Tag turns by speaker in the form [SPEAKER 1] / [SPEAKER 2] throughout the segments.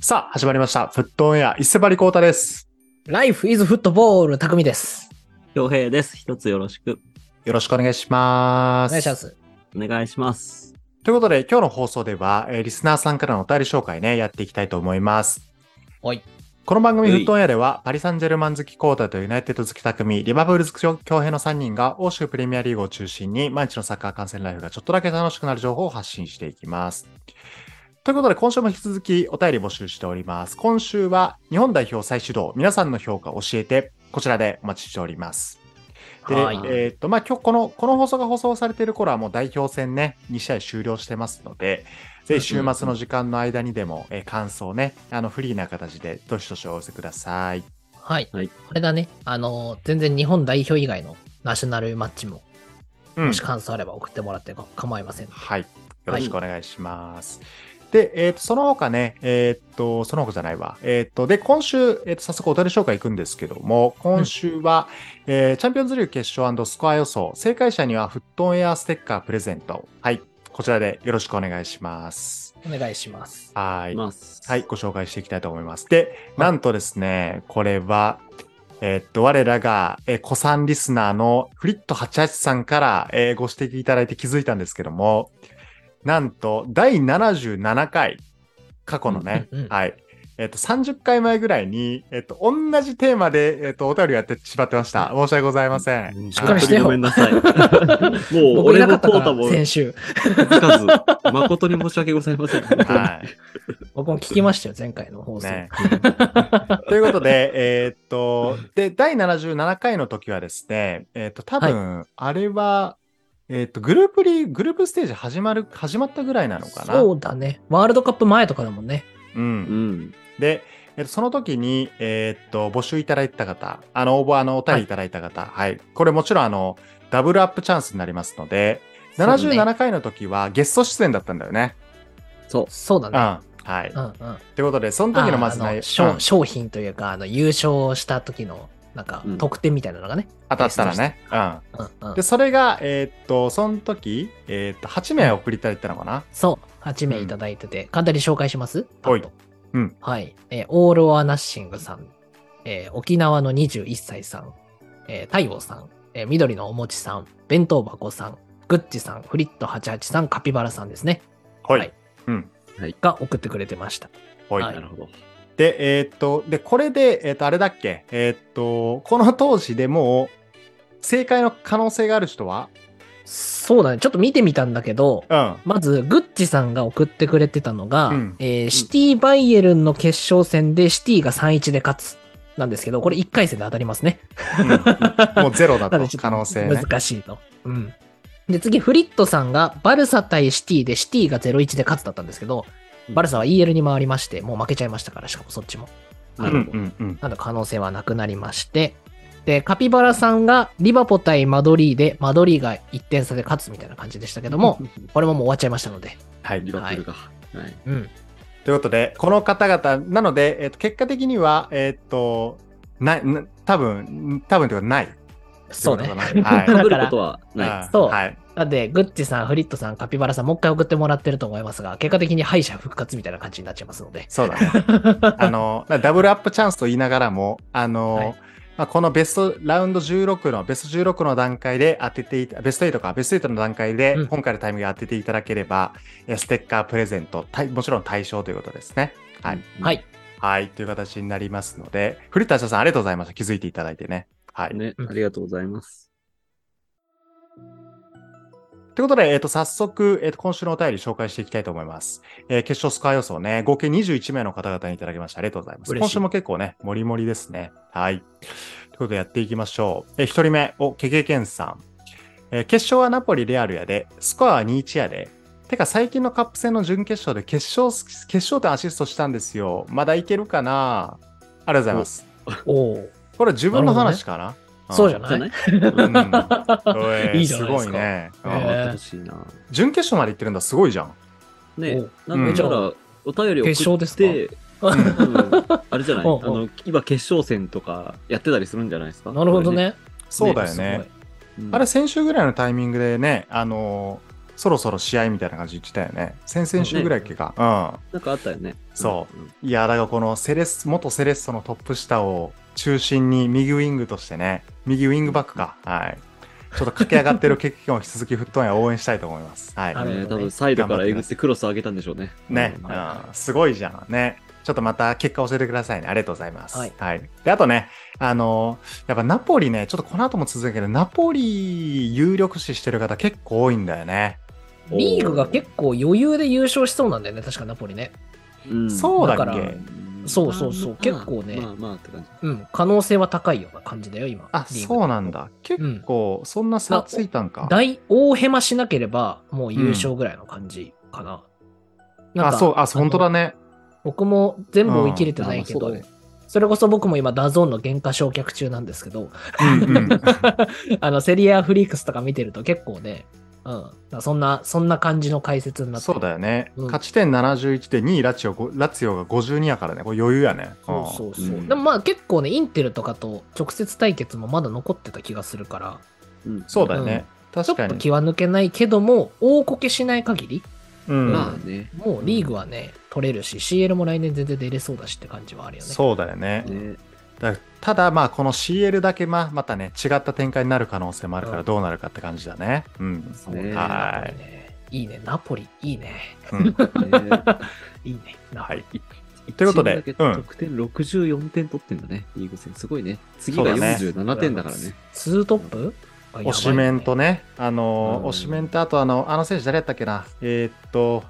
[SPEAKER 1] さあ、始まりました。フットオンエア、伊勢張り光太です。
[SPEAKER 2] Life is Football 匠です。
[SPEAKER 3] 恭平です。一つよろしく
[SPEAKER 1] よろしくお願いしま
[SPEAKER 2] お
[SPEAKER 1] す。
[SPEAKER 2] 願いします。
[SPEAKER 3] お願いします。
[SPEAKER 1] ということで、今日の放送では、えーリスナーさんからのお便り紹介ね、やっていきたいと思います。
[SPEAKER 2] はい。
[SPEAKER 1] この番組
[SPEAKER 3] うい
[SPEAKER 1] フットオンエアでは、パリ・サンジェルマン好きコータとユナイテッド好き匠、リバブル好き強平の3人が、欧州プレミアリーグを中心に、毎日のサッカー観戦ライフがちょっとだけ楽しくなる情報を発信していきます。ということで、今週も引き続きお便り募集しております。今週は、日本代表再始動、皆さんの評価教えて、こちらでお待ちしております。で、え
[SPEAKER 2] はい
[SPEAKER 1] ーっと、まあ、今日この、この放送が放送されている頃はもう代表戦ね、2試合終了してますので、ぜひ週末の時間の間にでも、えー感想ね、あのフリーな形でどしどしお寄せください。
[SPEAKER 2] はい。
[SPEAKER 3] はい
[SPEAKER 2] これだね。あの、全然日本代表以外のナショナルマッチも、
[SPEAKER 1] うん
[SPEAKER 2] もし感想あれば送ってもらってか構いません。
[SPEAKER 1] はい。よろしくお願いします。で、えっ、と、その他ね、えっ、と、その他じゃないわ。えっ、と、で、今週、えっ、と、早速お便り紹介いくんですけども、今週は、えーチャンピオンズリーグ決勝スコア予想、正解者にはフットオンエアステッカープレゼント。はい。こちらでよろしくお願いします。
[SPEAKER 2] お願いします。
[SPEAKER 1] はい。
[SPEAKER 3] ます
[SPEAKER 1] はい、。ご紹介していきたいと思います。で、なんとですね、これは、えーっと、我らが、えー、古参リスナーのフリット88さんから、えーご指摘いただいて気づいたんですけども、なんと、第77回、過去のね、
[SPEAKER 2] うんうんうん
[SPEAKER 1] はい、えーっと、30回前ぐらいに、えーっと、同じテーマで、えーっと、お便りをやってしまってました。申し訳ございません。
[SPEAKER 2] しっかりしてよ
[SPEAKER 3] ごめんなさい。もう
[SPEAKER 2] 僕いな
[SPEAKER 3] 俺
[SPEAKER 2] か
[SPEAKER 3] も
[SPEAKER 2] った
[SPEAKER 3] コ
[SPEAKER 2] か
[SPEAKER 3] ータも
[SPEAKER 2] ら、先
[SPEAKER 3] 気
[SPEAKER 2] 週。
[SPEAKER 3] づかず、誠に申し訳ございません。
[SPEAKER 1] はい。
[SPEAKER 2] 僕も聞きましたよ、前回の放送。
[SPEAKER 1] ね。 ということで、えーっと、で、第77回の時はですね、えーっと、多分、あれは、えーっと、グループリーグ、グループステージ始まる、始まったぐらいなのかな。
[SPEAKER 2] そうだね。ワールドカップ前とかだもんね。
[SPEAKER 1] う。
[SPEAKER 3] うんん。
[SPEAKER 1] で、えーっと、その時に、えーっと、募集いただいた方、あの、応募、あの、お便りいただいた方、はい、これもちろん、あの、ダブルアップチャンスになりますので、
[SPEAKER 2] そうね
[SPEAKER 1] 77回の時はゲスト出演だったんだよね。
[SPEAKER 3] そ
[SPEAKER 2] そうだ
[SPEAKER 1] うん。
[SPEAKER 2] ね。
[SPEAKER 1] はい。
[SPEAKER 2] うんうん。
[SPEAKER 1] ということで、その時のまず
[SPEAKER 2] ああの
[SPEAKER 1] ね、
[SPEAKER 2] 商
[SPEAKER 1] うん
[SPEAKER 2] 商品というか、あの、優勝した時の、なんか
[SPEAKER 3] う、ん
[SPEAKER 2] 特典みたいなのがね。
[SPEAKER 1] 当たったらね。うん。
[SPEAKER 2] うんうん
[SPEAKER 1] で、。それが、えーっと、その時、えーっと、8名送りいただいたのかな、
[SPEAKER 2] そう、8名いただいてて、簡単に紹介します
[SPEAKER 1] はい。
[SPEAKER 2] パッと
[SPEAKER 1] うん
[SPEAKER 2] はい。えーオール・オア・ナッシングさん、えー沖縄の21歳さん、えー太陽さん、えー緑のおもちさん、弁当箱さん、グッチさん、フリット88さん、カピバラさんですね。
[SPEAKER 1] はい
[SPEAKER 2] はい
[SPEAKER 1] うん。
[SPEAKER 2] が送ってくれてました。
[SPEAKER 1] はい。
[SPEAKER 3] う。なるほど。
[SPEAKER 1] で、えーっと、で、これで、えーっと、あれだっけえーっと、この当時でもう、正解の可能性がある人は
[SPEAKER 2] そうだね。ちょっと見てみたんだけど、
[SPEAKER 1] うん。
[SPEAKER 2] まず、グッチさんが送ってくれてたのが、
[SPEAKER 1] うん
[SPEAKER 2] えーシティ・バイエルンの決勝戦でシティが3-1で勝つ。なんですけど、これ1回戦で当たりますね。
[SPEAKER 1] うんもうゼロだ
[SPEAKER 2] なので
[SPEAKER 1] と
[SPEAKER 2] ちょっと
[SPEAKER 1] 可能性ね。
[SPEAKER 2] 難しいと。うん。で、次、フリットさんが、バルサ対シティで、シティが0-1で勝つだったんですけど、バルサは EL に回りまして、もう負けちゃいましたから、しかもそっちも。
[SPEAKER 1] う
[SPEAKER 3] なんるほ
[SPEAKER 1] う
[SPEAKER 3] ど。
[SPEAKER 1] んうん。
[SPEAKER 2] なので可能性はなくなりまして、で、カピバラさんが、リバポ対マドリーで、マドリーが1点差で勝つみたいな感じでしたけども、これももう終わっちゃいましたので、
[SPEAKER 1] はい。
[SPEAKER 3] リバプールが。はい。
[SPEAKER 2] うん。
[SPEAKER 1] ということで、この方々、なので、えーっと、結果的には、えーっと、な、な多分、多分というか、ない。
[SPEAKER 2] そうね。
[SPEAKER 1] ということだ ね
[SPEAKER 3] 被
[SPEAKER 1] は。
[SPEAKER 3] ることはない
[SPEAKER 2] そうん
[SPEAKER 1] はい。
[SPEAKER 2] なんで、グッチさん、フリットさん、カピバラさん、もう一回送ってもらってると思いますが、結果的に敗者復活みたいな感じになっちゃいますので、
[SPEAKER 1] そうだ ね。あの、まあダブルアップチャンスと言いながらも、あの、
[SPEAKER 2] はい
[SPEAKER 1] まあ、このベストラウンド16の、ベスト16の段階で当てていた、ベスト8か、ベスト8の段階で、
[SPEAKER 2] うん
[SPEAKER 1] 今回のタイミングで当てていただければ、えステッカープレゼント、たいもちろん対象ということですね。は
[SPEAKER 3] う
[SPEAKER 1] い。
[SPEAKER 3] ん
[SPEAKER 2] はい。。
[SPEAKER 1] はい。という形になりますので、古田社さんありがとうございました。気づいていただいてね。はい。
[SPEAKER 3] ね、
[SPEAKER 2] うん
[SPEAKER 3] ありがとうございます。
[SPEAKER 1] ということで、えっ、と、早速、えっ、と、今週のお便り紹介していきたいと思います。えー決勝スコア予想ね、合計21名の方々にいただきました。ありがとうございます。
[SPEAKER 2] 嬉しい
[SPEAKER 1] 今週も結構ね、もりもりですね。はい。ということで、やっていきましょう。えー、1人目、お、けけけんさん。えー決勝はナポリ、レアルやで、スコアは2-1やで。てか、最近のカップ戦の準決勝で決勝、決勝点アシストしたんですよ。まだいけるかなありがとうございます。
[SPEAKER 2] お ー
[SPEAKER 1] これ自分の
[SPEAKER 2] なるほどね
[SPEAKER 1] 話かな
[SPEAKER 2] そうじゃ
[SPEAKER 3] じゃ
[SPEAKER 2] な
[SPEAKER 3] ないい
[SPEAKER 1] うん
[SPEAKER 2] いいじゃ
[SPEAKER 1] す
[SPEAKER 2] ないで
[SPEAKER 1] ご
[SPEAKER 2] す
[SPEAKER 1] い
[SPEAKER 2] か。
[SPEAKER 1] ね。う
[SPEAKER 3] あ
[SPEAKER 1] ん
[SPEAKER 3] ー
[SPEAKER 2] えー
[SPEAKER 3] 楽しいな。
[SPEAKER 1] 準決勝まで行ってるんだ、すごいじゃん。
[SPEAKER 3] ね
[SPEAKER 1] お
[SPEAKER 3] なんかだから、お便りを
[SPEAKER 2] 決勝
[SPEAKER 3] 送
[SPEAKER 2] で
[SPEAKER 3] っ
[SPEAKER 2] す
[SPEAKER 3] て、
[SPEAKER 1] うん
[SPEAKER 3] 多分あれじゃな い
[SPEAKER 2] おうおう
[SPEAKER 3] あの今、決勝戦とかやってたりするんじゃないですか。
[SPEAKER 2] なるほどね。
[SPEAKER 1] そうだよね。
[SPEAKER 3] これね。うん
[SPEAKER 1] あれ、先週ぐらいのタイミングでね、あのーそろそろ試合みたいな感じで言ってたよね。先々週ぐらいっけか。うん。
[SPEAKER 3] なんかあったよね。
[SPEAKER 1] そ
[SPEAKER 3] うん。
[SPEAKER 1] いや、だからこのセレス、元セレッソのトップ下を中心に右ウィングとしてね、右ウィングバックか。はい。ちょっと駆け上がってる 経験を引き続きフットンへ応援したいと思います。はい。
[SPEAKER 2] なるほど
[SPEAKER 3] ね
[SPEAKER 2] ね
[SPEAKER 3] 多分サイドからえぐってクロス上げたんでしょうね。
[SPEAKER 1] ね、
[SPEAKER 3] うん
[SPEAKER 1] うん、すごいじゃん。ね。ちょっとまた結果教えてくださいね。ありがとうございます。
[SPEAKER 2] はい
[SPEAKER 1] で、あとね、あのやっぱナポリね、ちょっとこの後も続くけど、ナポリ有力視してる方結構多いんだよね。
[SPEAKER 2] リーグが結構余裕で優勝しそうなんだよね、確かナポリね。
[SPEAKER 3] うん
[SPEAKER 1] そうだ
[SPEAKER 2] だ
[SPEAKER 1] っ
[SPEAKER 2] か
[SPEAKER 1] け
[SPEAKER 2] らそうそうそう結構ね
[SPEAKER 3] まあまあって感じ。
[SPEAKER 2] うん、可能性は高いような感じだよ、今。
[SPEAKER 1] あ、
[SPEAKER 2] リーグ
[SPEAKER 1] そうなんだ。結構、そんな差ついたんか。
[SPEAKER 2] 大、大ヘマしなければ、もう優勝ぐらいの感じかな。なん
[SPEAKER 1] あ、
[SPEAKER 2] か
[SPEAKER 1] そう、あ、本当だね。
[SPEAKER 2] 僕も全部追い切れてないけど、
[SPEAKER 3] うんあまあそう
[SPEAKER 2] それこそ僕も今、ダゾーンの原価償却中なんですけど、
[SPEAKER 1] うんうん。
[SPEAKER 2] あの、セリアフリークスとか見てると結構ね、うん、だからそんな、そんな感じの解説になって る
[SPEAKER 1] そうだよね。
[SPEAKER 2] うん
[SPEAKER 1] 勝ち点71で2位ラチオご、ラツィオが52やからね。これ余裕やね。
[SPEAKER 2] そうそうそう。
[SPEAKER 3] うん
[SPEAKER 2] でもまあ結構ね、インテルとかと直接対決もまだ残ってた気がするから、
[SPEAKER 3] うん
[SPEAKER 1] そうだよね。
[SPEAKER 2] ちょ
[SPEAKER 1] 確
[SPEAKER 2] っ
[SPEAKER 1] か
[SPEAKER 2] と
[SPEAKER 1] に。
[SPEAKER 2] 気は抜けないけども、大こけしない限り、
[SPEAKER 1] うん
[SPEAKER 3] まあね。
[SPEAKER 2] もうリーグはね、取れるし、CL も来年全然出れそうだしって感じはあるよね。
[SPEAKER 1] そうだよね。
[SPEAKER 3] ね
[SPEAKER 1] だただまあこの CL だけままたね違った展開になる可能性もあるか
[SPEAKER 2] う
[SPEAKER 1] ら
[SPEAKER 2] ん
[SPEAKER 1] どうなるかって感じだね。うん。
[SPEAKER 2] そうね。
[SPEAKER 3] ね
[SPEAKER 2] ナポリねいいね、ナポリ、いいね、
[SPEAKER 1] うん
[SPEAKER 2] いい
[SPEAKER 3] ね
[SPEAKER 2] ね、ナポ
[SPEAKER 1] は
[SPEAKER 2] リ
[SPEAKER 1] い。 ということで
[SPEAKER 3] チーム
[SPEAKER 1] う
[SPEAKER 3] だ
[SPEAKER 1] ん
[SPEAKER 3] け得点64点取ってんだね、リーグ戦。すごいね。次
[SPEAKER 1] そ
[SPEAKER 3] が
[SPEAKER 1] うだね
[SPEAKER 3] 47点だからね。
[SPEAKER 2] ツートップ
[SPEAKER 1] 推しメンと
[SPEAKER 2] ね。
[SPEAKER 1] ね、あのー、
[SPEAKER 3] うん
[SPEAKER 1] 推しメンとあとあの、あの選手誰やったっけなえーっと、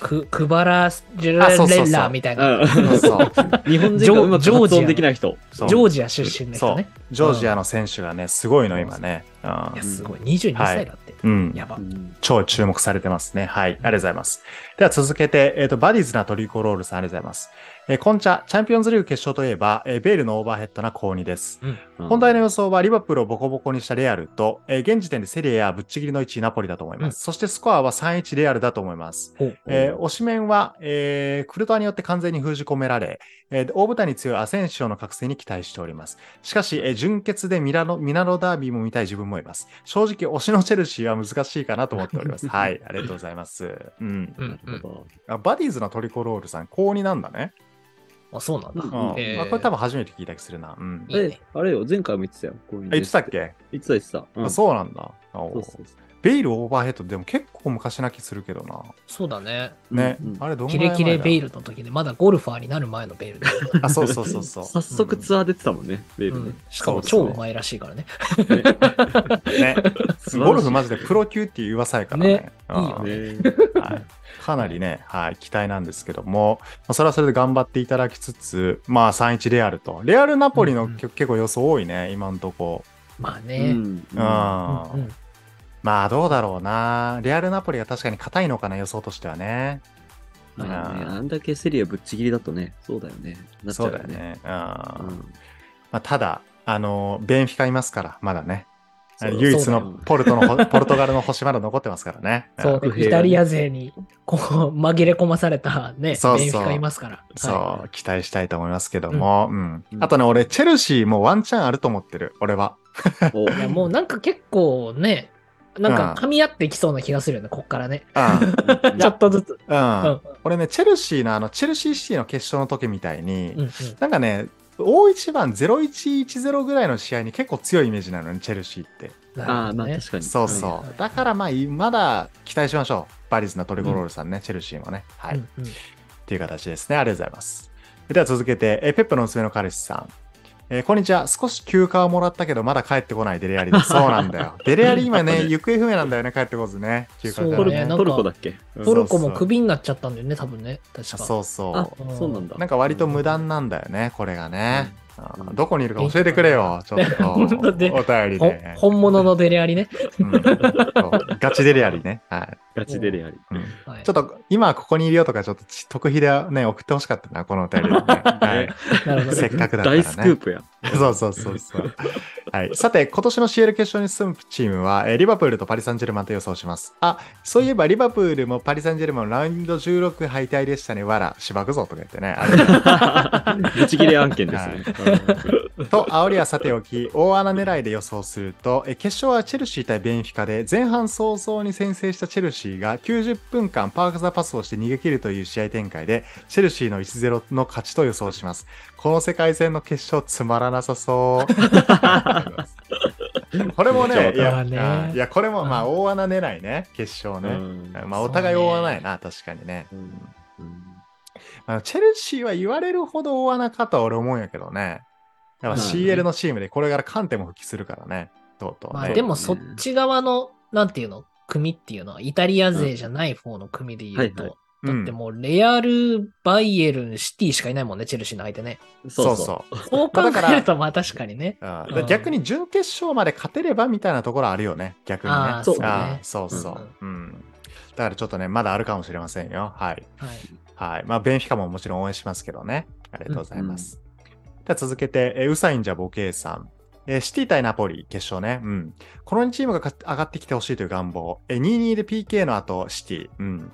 [SPEAKER 2] ククバラ・ジュ
[SPEAKER 1] あそうそう
[SPEAKER 2] レッ
[SPEAKER 1] そ
[SPEAKER 2] ラ
[SPEAKER 1] う
[SPEAKER 2] みたいな。
[SPEAKER 1] そう
[SPEAKER 3] う
[SPEAKER 1] そうん
[SPEAKER 3] 日本人がうまく発音できない人。
[SPEAKER 1] そう
[SPEAKER 2] ジョージア出身の人ね。
[SPEAKER 1] ジョージアの選手がね、すごいの今ね。
[SPEAKER 2] いや、すごい。22歳だって。
[SPEAKER 1] うん。うん
[SPEAKER 2] やば
[SPEAKER 3] う。ん
[SPEAKER 1] 超注目されてますね。はい。ありがとうございます。では続けて、えっ、と、バディーズなトリコロールさんありがとうございます。えー、今茶、チャンピオンズリーグ決勝といえば、えーベールのオーバーヘッドな高2です。本題の予想はリバプールをボコボコにしたレアルと、えー現時点でセリエやぶっちぎりの1位ナポリだと思います。そしてスコアは3-1レアルだと思います。
[SPEAKER 2] ほう
[SPEAKER 1] えー、推しメンは、えークルトワによって完全に封じ込められ、えーで大舞台に強いアセンシオの覚醒に期待しております。しかし、えー準決でミラノミナロダービーも見たい自分もいます。正直、推しのチェルシーは難しいかなと思っており ます。はい、ありがとうございます。うん。
[SPEAKER 2] うんう
[SPEAKER 3] なんる。ほ
[SPEAKER 1] あバディーズのトリコロールさん、高2なんだね。
[SPEAKER 2] あ、そうなんだ。
[SPEAKER 1] うん。
[SPEAKER 3] うん
[SPEAKER 2] えー
[SPEAKER 1] まあ、これ多分初めて聞いた気するな。うん。
[SPEAKER 2] い
[SPEAKER 3] ど
[SPEAKER 2] い
[SPEAKER 3] え
[SPEAKER 2] ね、
[SPEAKER 3] あれよ、前回も言ってたよ。こういう
[SPEAKER 1] あ
[SPEAKER 3] の
[SPEAKER 1] 言ってたっけ、
[SPEAKER 3] 言ってた言ってた。うん
[SPEAKER 1] あそうなんだ。あお
[SPEAKER 3] そうそうそ
[SPEAKER 1] ベイルオーバーヘッドでも結構昔な気するけどな。
[SPEAKER 2] そうだね。
[SPEAKER 3] う
[SPEAKER 1] ね、
[SPEAKER 3] うんうん
[SPEAKER 1] あれどんぐ
[SPEAKER 2] キ
[SPEAKER 1] らい前
[SPEAKER 2] レ
[SPEAKER 1] だ
[SPEAKER 2] キレベイルの時で、まだゴルファーになる前のベイルだよ
[SPEAKER 1] あ、 そうそうそうそう。
[SPEAKER 3] 早速ツアー出てたもんね、ベイ
[SPEAKER 2] う
[SPEAKER 3] ルね
[SPEAKER 2] ん。しかも
[SPEAKER 1] そ
[SPEAKER 2] 超
[SPEAKER 1] うですね
[SPEAKER 2] うまいらしいからね。
[SPEAKER 3] ね
[SPEAKER 1] ね。ゴルフマジでプロ級っていう噂やからね。
[SPEAKER 2] ねいいよね
[SPEAKER 3] ね
[SPEAKER 1] うんはいかなりね、はい、期待なんですけども、まあそれはそれで頑張っていただきつつ、まあ3-1レアルと。レアルナポリの、
[SPEAKER 2] うんうん
[SPEAKER 1] 結構予想多いね、今んとこ。
[SPEAKER 2] まあ
[SPEAKER 3] う
[SPEAKER 2] ね。
[SPEAKER 3] ん
[SPEAKER 1] うん。
[SPEAKER 2] うんうん
[SPEAKER 1] まあどうだろうな。レアルナポリが確かに硬いのかな、予想としてはね。
[SPEAKER 3] まあねあんだけセリアぶっちぎりだとね、そうだよね。なっちゃ
[SPEAKER 1] そう
[SPEAKER 3] うよ
[SPEAKER 1] だよ
[SPEAKER 3] ね。
[SPEAKER 1] ね。うん
[SPEAKER 3] うん
[SPEAKER 1] まあ、ただ、あの、ベンフィカいますから、まだね。あの
[SPEAKER 2] そう
[SPEAKER 1] 唯一
[SPEAKER 2] そうだ
[SPEAKER 1] の
[SPEAKER 3] よ
[SPEAKER 1] ポルトのほ、 ポルトガルの星まだ残ってますからね。
[SPEAKER 2] そ
[SPEAKER 1] ん
[SPEAKER 2] う
[SPEAKER 3] 不
[SPEAKER 2] ね、
[SPEAKER 3] 平
[SPEAKER 2] イタリア勢にこう紛れ込まされたね、
[SPEAKER 1] そうそう
[SPEAKER 2] ベンフィカいますから。
[SPEAKER 1] そう、
[SPEAKER 2] は
[SPEAKER 1] 期待したいと思いますけども。うん。
[SPEAKER 3] うん
[SPEAKER 1] あとね、俺、チェルシーもワンチャンあると思ってる、俺は。
[SPEAKER 3] お
[SPEAKER 2] いいやもうなんか結構ね、なんか噛み合ってきそうな気がするよね、こっからね。
[SPEAKER 1] うん。
[SPEAKER 3] うん
[SPEAKER 2] ちょっとずつ。
[SPEAKER 1] うん。
[SPEAKER 2] うん
[SPEAKER 1] 俺ね、チェルシーのあの、チェルシーシティの決勝の時みたいに、
[SPEAKER 2] うんうん
[SPEAKER 1] なんかね、大一番0110ぐらいの試合に結構強いイメージなのね、チェルシーって。
[SPEAKER 3] ああ、まあ
[SPEAKER 2] なるほどね
[SPEAKER 3] 確かに。
[SPEAKER 1] そうそう。だからまあ、まだ期待しましょう。バリズのトリコロールさんね、チェルシーもね。はい。
[SPEAKER 2] うんうん
[SPEAKER 1] っていう形ですね。ありがとうございます。では続けて、えーペップの娘の彼氏さん。えーこんにちは。少し休暇をもらったけど、まだ帰ってこないデレアリです。そうなんだよ。デレアリ今ね、行方不明なんだよね、帰ってこずね。休暇
[SPEAKER 2] そう
[SPEAKER 3] トル
[SPEAKER 1] か
[SPEAKER 2] ね
[SPEAKER 1] ら
[SPEAKER 2] なん
[SPEAKER 1] ね。
[SPEAKER 2] か
[SPEAKER 3] トルコだっけ
[SPEAKER 1] うん
[SPEAKER 2] トルコもクビになっちゃったんだよね、多分ね。確か。
[SPEAKER 1] そうそ
[SPEAKER 2] うん
[SPEAKER 3] あ、そうなんだ。
[SPEAKER 1] う。なんか割と無断なんだよね、これがね。
[SPEAKER 3] うん
[SPEAKER 1] うんどこにいるか教えてくれよ、ちょっと。お
[SPEAKER 2] 本当
[SPEAKER 1] 便
[SPEAKER 2] ね
[SPEAKER 1] り
[SPEAKER 2] ほ
[SPEAKER 1] で。
[SPEAKER 2] 本物のデレアリね。
[SPEAKER 1] うんそうガチデレアリね。はい。
[SPEAKER 3] ガチでレアリ。
[SPEAKER 1] うん
[SPEAKER 2] はい
[SPEAKER 1] ちょっと今ここにいるよとかちょっとち特費でね送ってほしかったなこのお便り、ねは
[SPEAKER 3] ね
[SPEAKER 2] なるほど
[SPEAKER 1] せ
[SPEAKER 2] ね
[SPEAKER 1] っかくだからね
[SPEAKER 3] 大スクープ や。
[SPEAKER 1] い、そうそうそうそう、はい、さて今年の CL 決勝に進むチームは、えーリバプールとパリ・サンジェルマンと予想しますあそういえばリバプールもパリ・サンジェルマンもラウンド16敗退でしたねわらしばくぞとか言ってねあれ
[SPEAKER 3] ぶち切れ案件ですね。
[SPEAKER 1] と、煽りはさておき、大穴狙いで予想すると、え決勝はチェルシー対ベンフィカで、前半早々に先制したチェルシーが90分間パークザパスをして逃げ切るという試合展開で、チェルシーの1-0の勝ちと予想します。この世界戦の決勝つまらなさそう。これもね、い
[SPEAKER 2] 気持ちは
[SPEAKER 1] や、
[SPEAKER 2] わかるわね
[SPEAKER 1] いやこれもまあ
[SPEAKER 2] う
[SPEAKER 1] 大穴狙いね、決勝ね。まあ、お互い大穴やな、確かにね。
[SPEAKER 3] うんうん
[SPEAKER 1] あのチェルシーは言われるほど大穴かとは俺思うんやけどね。やっぱ
[SPEAKER 3] まあね
[SPEAKER 1] CL のチームでこれからカンテも復帰するからね。とうとう、ね。
[SPEAKER 2] まあでもそ
[SPEAKER 3] そ
[SPEAKER 2] うっ
[SPEAKER 3] ね
[SPEAKER 2] ち側の、なんていうの、組っていうのは、イタリア勢じゃない方の組で言う
[SPEAKER 3] うんはい
[SPEAKER 2] と、
[SPEAKER 1] う
[SPEAKER 2] で
[SPEAKER 1] ん、
[SPEAKER 2] もうレアル、バイエルン、シティしかいないもんね、チェルシーの相手ね。
[SPEAKER 1] そ
[SPEAKER 3] そうう
[SPEAKER 1] そう
[SPEAKER 3] そ
[SPEAKER 2] そ
[SPEAKER 3] う。
[SPEAKER 2] う考えると、まあ確かにね。
[SPEAKER 1] あ
[SPEAKER 2] うん
[SPEAKER 1] 逆に準決勝まで勝てればみたいなところあるよね、逆にね。
[SPEAKER 2] あー
[SPEAKER 3] そうね
[SPEAKER 1] あーそうそう、うんだからちょっとね、まだあるかもしれませんよ。はい。
[SPEAKER 2] はい。
[SPEAKER 1] はい。まあ、ベンフィカももちろん応援しますけどね。ありがとうございます。では続けて、えーウサイン・ジャボケイさん。えーシティ対ナポリ決勝ね。うん。この2チームが勝上がってきてほしいという願望。えー2-2で PK の後、シティ。うん。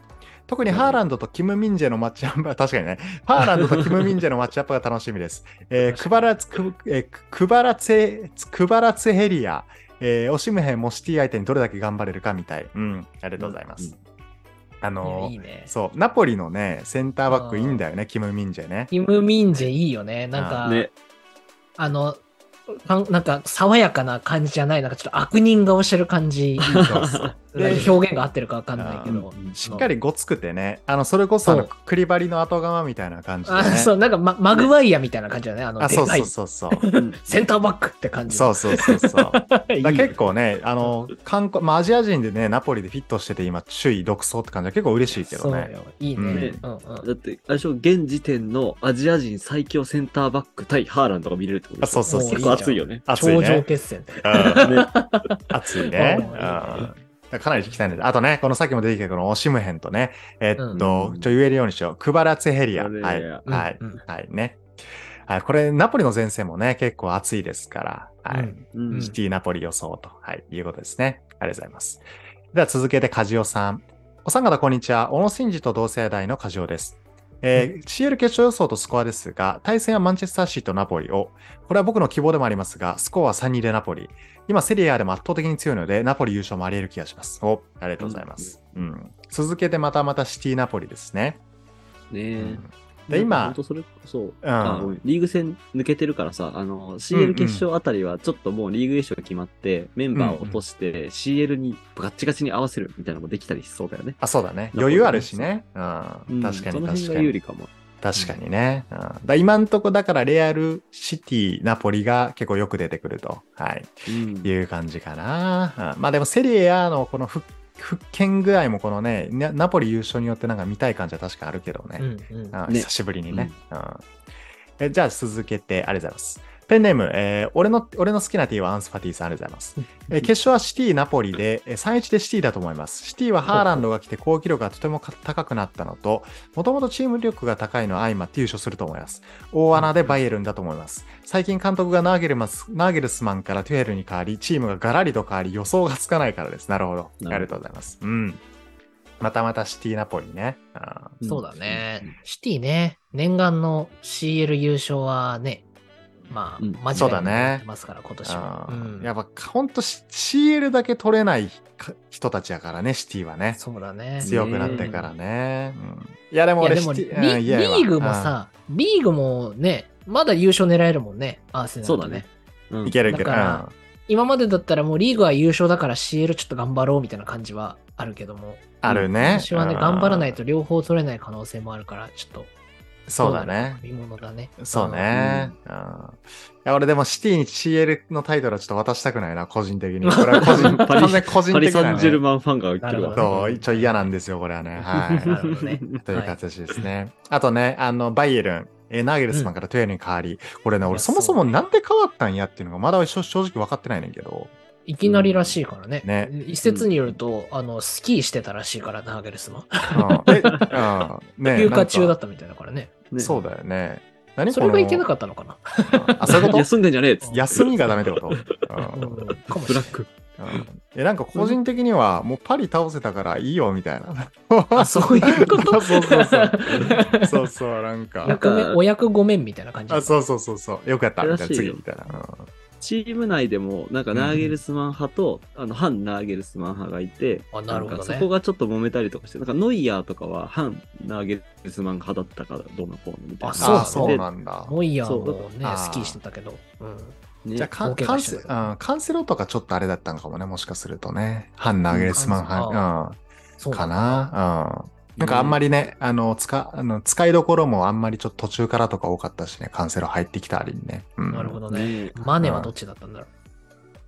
[SPEAKER 1] 特にハーランドとキム・ミンジェのマッチアップは、 確かにね、ハーランドとキム・ミンジェのマッチアップが楽しみです。えー、クバラツ、クえークバラツェ、クバラツェヘリア、えーオシムヘンもシティ相手にどれだけ頑張れるかみたい。うん、ありがとうございます。あ
[SPEAKER 2] い
[SPEAKER 1] の
[SPEAKER 2] や
[SPEAKER 1] ー
[SPEAKER 2] いいね。
[SPEAKER 1] そう、ナポリのね、センターバックいいんだよね、キム・ミンジェね。
[SPEAKER 2] キム・ミンジェいいよね。なんか、
[SPEAKER 3] うん。ね。
[SPEAKER 2] あの、かんなんか爽やかな感じじゃない、なんかちょっと悪人顔してる感じ、
[SPEAKER 1] そうそう
[SPEAKER 2] 表
[SPEAKER 1] で
[SPEAKER 2] 現が合ってるかわかんないけど
[SPEAKER 3] うん。
[SPEAKER 1] しっかりごつくてね、あの、それこそあの
[SPEAKER 2] そう
[SPEAKER 1] クリバリの後釜みたいな感じで、ね。
[SPEAKER 2] あそう、なんかママグワイアみたいな感じだね。あの、
[SPEAKER 1] あ
[SPEAKER 2] で
[SPEAKER 1] そう
[SPEAKER 2] か
[SPEAKER 1] そ
[SPEAKER 2] いう
[SPEAKER 1] そうそう。
[SPEAKER 2] センターバックって感じ。
[SPEAKER 1] そうそうそうそう。だか
[SPEAKER 2] いい
[SPEAKER 1] ら
[SPEAKER 2] よ
[SPEAKER 1] 結構ね、あの、韓国、まあ、アジア人でね、ナポリでフィットしてて、今、首位独走って感じは結構嬉しいけど
[SPEAKER 2] そう
[SPEAKER 1] ね。
[SPEAKER 2] よ。いいね。うんうん
[SPEAKER 3] だって、あれでしょ現時点のアジア人最強センターバック対ハーランドが見れるってことでしょ
[SPEAKER 1] あそうそうそう
[SPEAKER 3] 結構熱いよね。
[SPEAKER 1] 熱い
[SPEAKER 2] 頂上
[SPEAKER 1] ね。
[SPEAKER 2] 決戦だよ。
[SPEAKER 1] うん
[SPEAKER 3] ね
[SPEAKER 1] 熱いね。
[SPEAKER 2] う
[SPEAKER 1] うんんだからかなり聞きたいんです。あとね、このさっきも出てきたこのオシムヘンとね、えっと、
[SPEAKER 3] うん
[SPEAKER 1] ちょ言えるようにしよう。クバラツェヘリア。
[SPEAKER 3] クバ
[SPEAKER 1] は
[SPEAKER 3] ラ
[SPEAKER 1] い。
[SPEAKER 3] ツェヘリア
[SPEAKER 1] はい。
[SPEAKER 2] うんうん
[SPEAKER 1] はいね。はい、これ、ナポリの前線もね、結構熱いですから、はい。
[SPEAKER 2] うん
[SPEAKER 3] うん
[SPEAKER 2] うん
[SPEAKER 1] シティナポリ予想と、はい、いうことですね。ありがとうございます。では続けて、梶尾さん。お三方、こんにちは。小野伸二と同世代の梶尾です。えー CL 決勝予想とスコアですが、対戦はマンチェスターシーとナポリを、これは僕の希望でもありますが、スコアは3-2でナポリ。今、セリエ A でも圧倒的に強いので、ナポリ優勝もあり得る気がします。お、ありがとうございます。うん。続けて、またまたシティナポリですね。う
[SPEAKER 3] ね
[SPEAKER 1] ん
[SPEAKER 3] え。
[SPEAKER 1] で今
[SPEAKER 3] 本当それこそ、あごめんリーグ戦抜けてるからさ、あの、
[SPEAKER 1] うんうん
[SPEAKER 3] CL 決勝あたりはちょっともうリーグ優勝が決まって、メンバーを落として CL にガッチガチに合わせるみたいなのもできたりしそうだよね。
[SPEAKER 1] あ、そうだね。
[SPEAKER 3] ナポリ
[SPEAKER 1] 余裕あるしね。うん。
[SPEAKER 3] うん
[SPEAKER 1] 確か
[SPEAKER 3] そ
[SPEAKER 1] に
[SPEAKER 3] の辺
[SPEAKER 1] 確
[SPEAKER 3] が
[SPEAKER 1] か
[SPEAKER 3] 有
[SPEAKER 1] に。
[SPEAKER 3] 利かも。
[SPEAKER 1] 確かにね。うん、だから今んとこ、だから、レアル、シティ、ナポリが結構よく出てくると、はい、
[SPEAKER 3] うん
[SPEAKER 1] いう感じかな。うんまあでも、セリエ A のこの復復権具合も、このね、なナポリ優勝によってなんか見たい感じは確かあるけどね。
[SPEAKER 2] うんうん
[SPEAKER 1] うん
[SPEAKER 3] ね
[SPEAKER 1] 久しぶりにね、うんえ。じゃあ続けて、ありがとうございます。ペンネーム、えー俺の、俺の好きなティーはアンスパティさん、ありがとうございます。えー決勝はシティ、ナポリで、えー3-1でシティだと思います。シティはハーランドが来て攻撃力がとてもか高くなったのと、もともとチーム力が高いのは相まって優勝すると思います。大穴でバイエルンだと思います。最近監督がナーゲルマスナーゲルスマンからトゥエルに変わり、チームがガラリと変わり、予想がつかないからです。なるほど。ありがとうございます。うん。またまたシティ、ナポリね。うん
[SPEAKER 2] そうだね。シティね、念願の CL 優勝はね、まあ、
[SPEAKER 3] うん
[SPEAKER 2] マジ
[SPEAKER 1] そうだね
[SPEAKER 2] ますから、今年は
[SPEAKER 1] あ。ー
[SPEAKER 2] うん
[SPEAKER 1] やっぱ本当 CL だけ取れないか人たちやからね、シティはね。
[SPEAKER 2] そうだね。
[SPEAKER 1] 強くなってからね。うんいやでも
[SPEAKER 2] いや
[SPEAKER 1] 俺
[SPEAKER 2] で
[SPEAKER 1] シ
[SPEAKER 2] も
[SPEAKER 1] テ
[SPEAKER 2] リ、
[SPEAKER 1] ィうん
[SPEAKER 2] リ
[SPEAKER 1] 嫌やわ
[SPEAKER 2] ーグもさ、リーグもね、まだ優勝狙えるもんね、アーセナル
[SPEAKER 3] そ
[SPEAKER 2] と
[SPEAKER 3] うだね。。う
[SPEAKER 1] うんんいけるいけど、
[SPEAKER 2] だから
[SPEAKER 1] うん
[SPEAKER 2] 今までだったらもうリーグは優勝だから CL ちょっと頑張ろうみたいな感じはあるけども、
[SPEAKER 1] あるね。
[SPEAKER 2] 私はね、
[SPEAKER 1] うん
[SPEAKER 2] 頑張らないと。両方取れない可能性もあるから、ちょっと、
[SPEAKER 1] そうだね。
[SPEAKER 2] 見ものだね。
[SPEAKER 1] そうね。うんいや俺でもシティに CL のタイトルはちょっと渡したくないな、個人的 に。これは個人、
[SPEAKER 3] パリ
[SPEAKER 1] 完全に個人
[SPEAKER 3] パリ・
[SPEAKER 1] 的
[SPEAKER 3] サ
[SPEAKER 1] な
[SPEAKER 3] ンジェル
[SPEAKER 1] ね。
[SPEAKER 3] マンファンが来るわ。
[SPEAKER 1] そう、一応嫌なんですよ、これはね。 はい。
[SPEAKER 2] なるほどね。
[SPEAKER 1] という形ですね。あとね、あの、バイエルン、えーナーゲルスマンからトゥエルに変わり、これね、
[SPEAKER 2] い
[SPEAKER 1] 俺
[SPEAKER 2] や
[SPEAKER 1] そもそもなんで変わったんやっていうのがまだ正正直分かってないねんけ ど、
[SPEAKER 2] いきなりらしいからね。
[SPEAKER 1] ね
[SPEAKER 2] 一説によると、あの、スキーしてたらしいから、ナーゲルスマン。
[SPEAKER 1] うん、え、うん、ね
[SPEAKER 2] 休暇中だ
[SPEAKER 1] なん
[SPEAKER 2] っ
[SPEAKER 1] か
[SPEAKER 2] たみたいだからね。
[SPEAKER 3] ね
[SPEAKER 1] そうだよね。何
[SPEAKER 2] それがいけな
[SPEAKER 1] っ
[SPEAKER 2] かったのかな。
[SPEAKER 1] た。あ、そういうこと
[SPEAKER 3] 休んでんじゃねえっつって
[SPEAKER 1] 休みがダメってこと、
[SPEAKER 2] うん、
[SPEAKER 1] う
[SPEAKER 2] かもし
[SPEAKER 3] ブ
[SPEAKER 2] れな
[SPEAKER 3] ラ
[SPEAKER 2] い
[SPEAKER 3] ッ。ク。
[SPEAKER 1] うんえ、なんか個人的には、もうパリ倒せたからいいよみたいな。
[SPEAKER 2] あ、そういうこ と
[SPEAKER 1] そう そうそう。そうそう、なんか。
[SPEAKER 2] 役目お役ごめんみたいな感じ。
[SPEAKER 1] あそうそうそうそう。よくやった。みたいな
[SPEAKER 3] らしい
[SPEAKER 1] 次
[SPEAKER 3] よ
[SPEAKER 1] みたいな。
[SPEAKER 3] チーム内でも、なんかナーゲルスマン派と、あの、反ナーゲルスマン派がいて、
[SPEAKER 2] あなるほどね
[SPEAKER 3] んかそこがちょっと揉めたりとかして、なんかノイヤーとかは反ナーゲルスマン派だったから、どうのこうのみたいな。
[SPEAKER 2] あ
[SPEAKER 1] ああ、
[SPEAKER 2] そう
[SPEAKER 1] そ
[SPEAKER 2] な
[SPEAKER 1] うんなんだ。
[SPEAKER 2] ノイヤー
[SPEAKER 3] そう
[SPEAKER 2] もね
[SPEAKER 1] あー、
[SPEAKER 2] スキーしてたけど。うん。
[SPEAKER 3] ね
[SPEAKER 1] じゃあ、かん
[SPEAKER 2] 大怪
[SPEAKER 1] カ
[SPEAKER 2] 我
[SPEAKER 1] ン
[SPEAKER 2] し
[SPEAKER 1] セ
[SPEAKER 2] てた
[SPEAKER 1] う
[SPEAKER 2] から
[SPEAKER 1] んカンセロとかちょっとあれだったんかもね、もしかするとね。反ナーゲルスマン派、
[SPEAKER 2] そ
[SPEAKER 1] うん、
[SPEAKER 2] う
[SPEAKER 1] か
[SPEAKER 2] なんだ。
[SPEAKER 1] な。うん。なんかあんまりね、あの、使、あの使いどころもあんまりちょっと途中からとか多かったしね、カンセロ入ってきたりにね。うん、
[SPEAKER 2] なるほどね。
[SPEAKER 3] ね
[SPEAKER 2] マネはどっちだったんだろ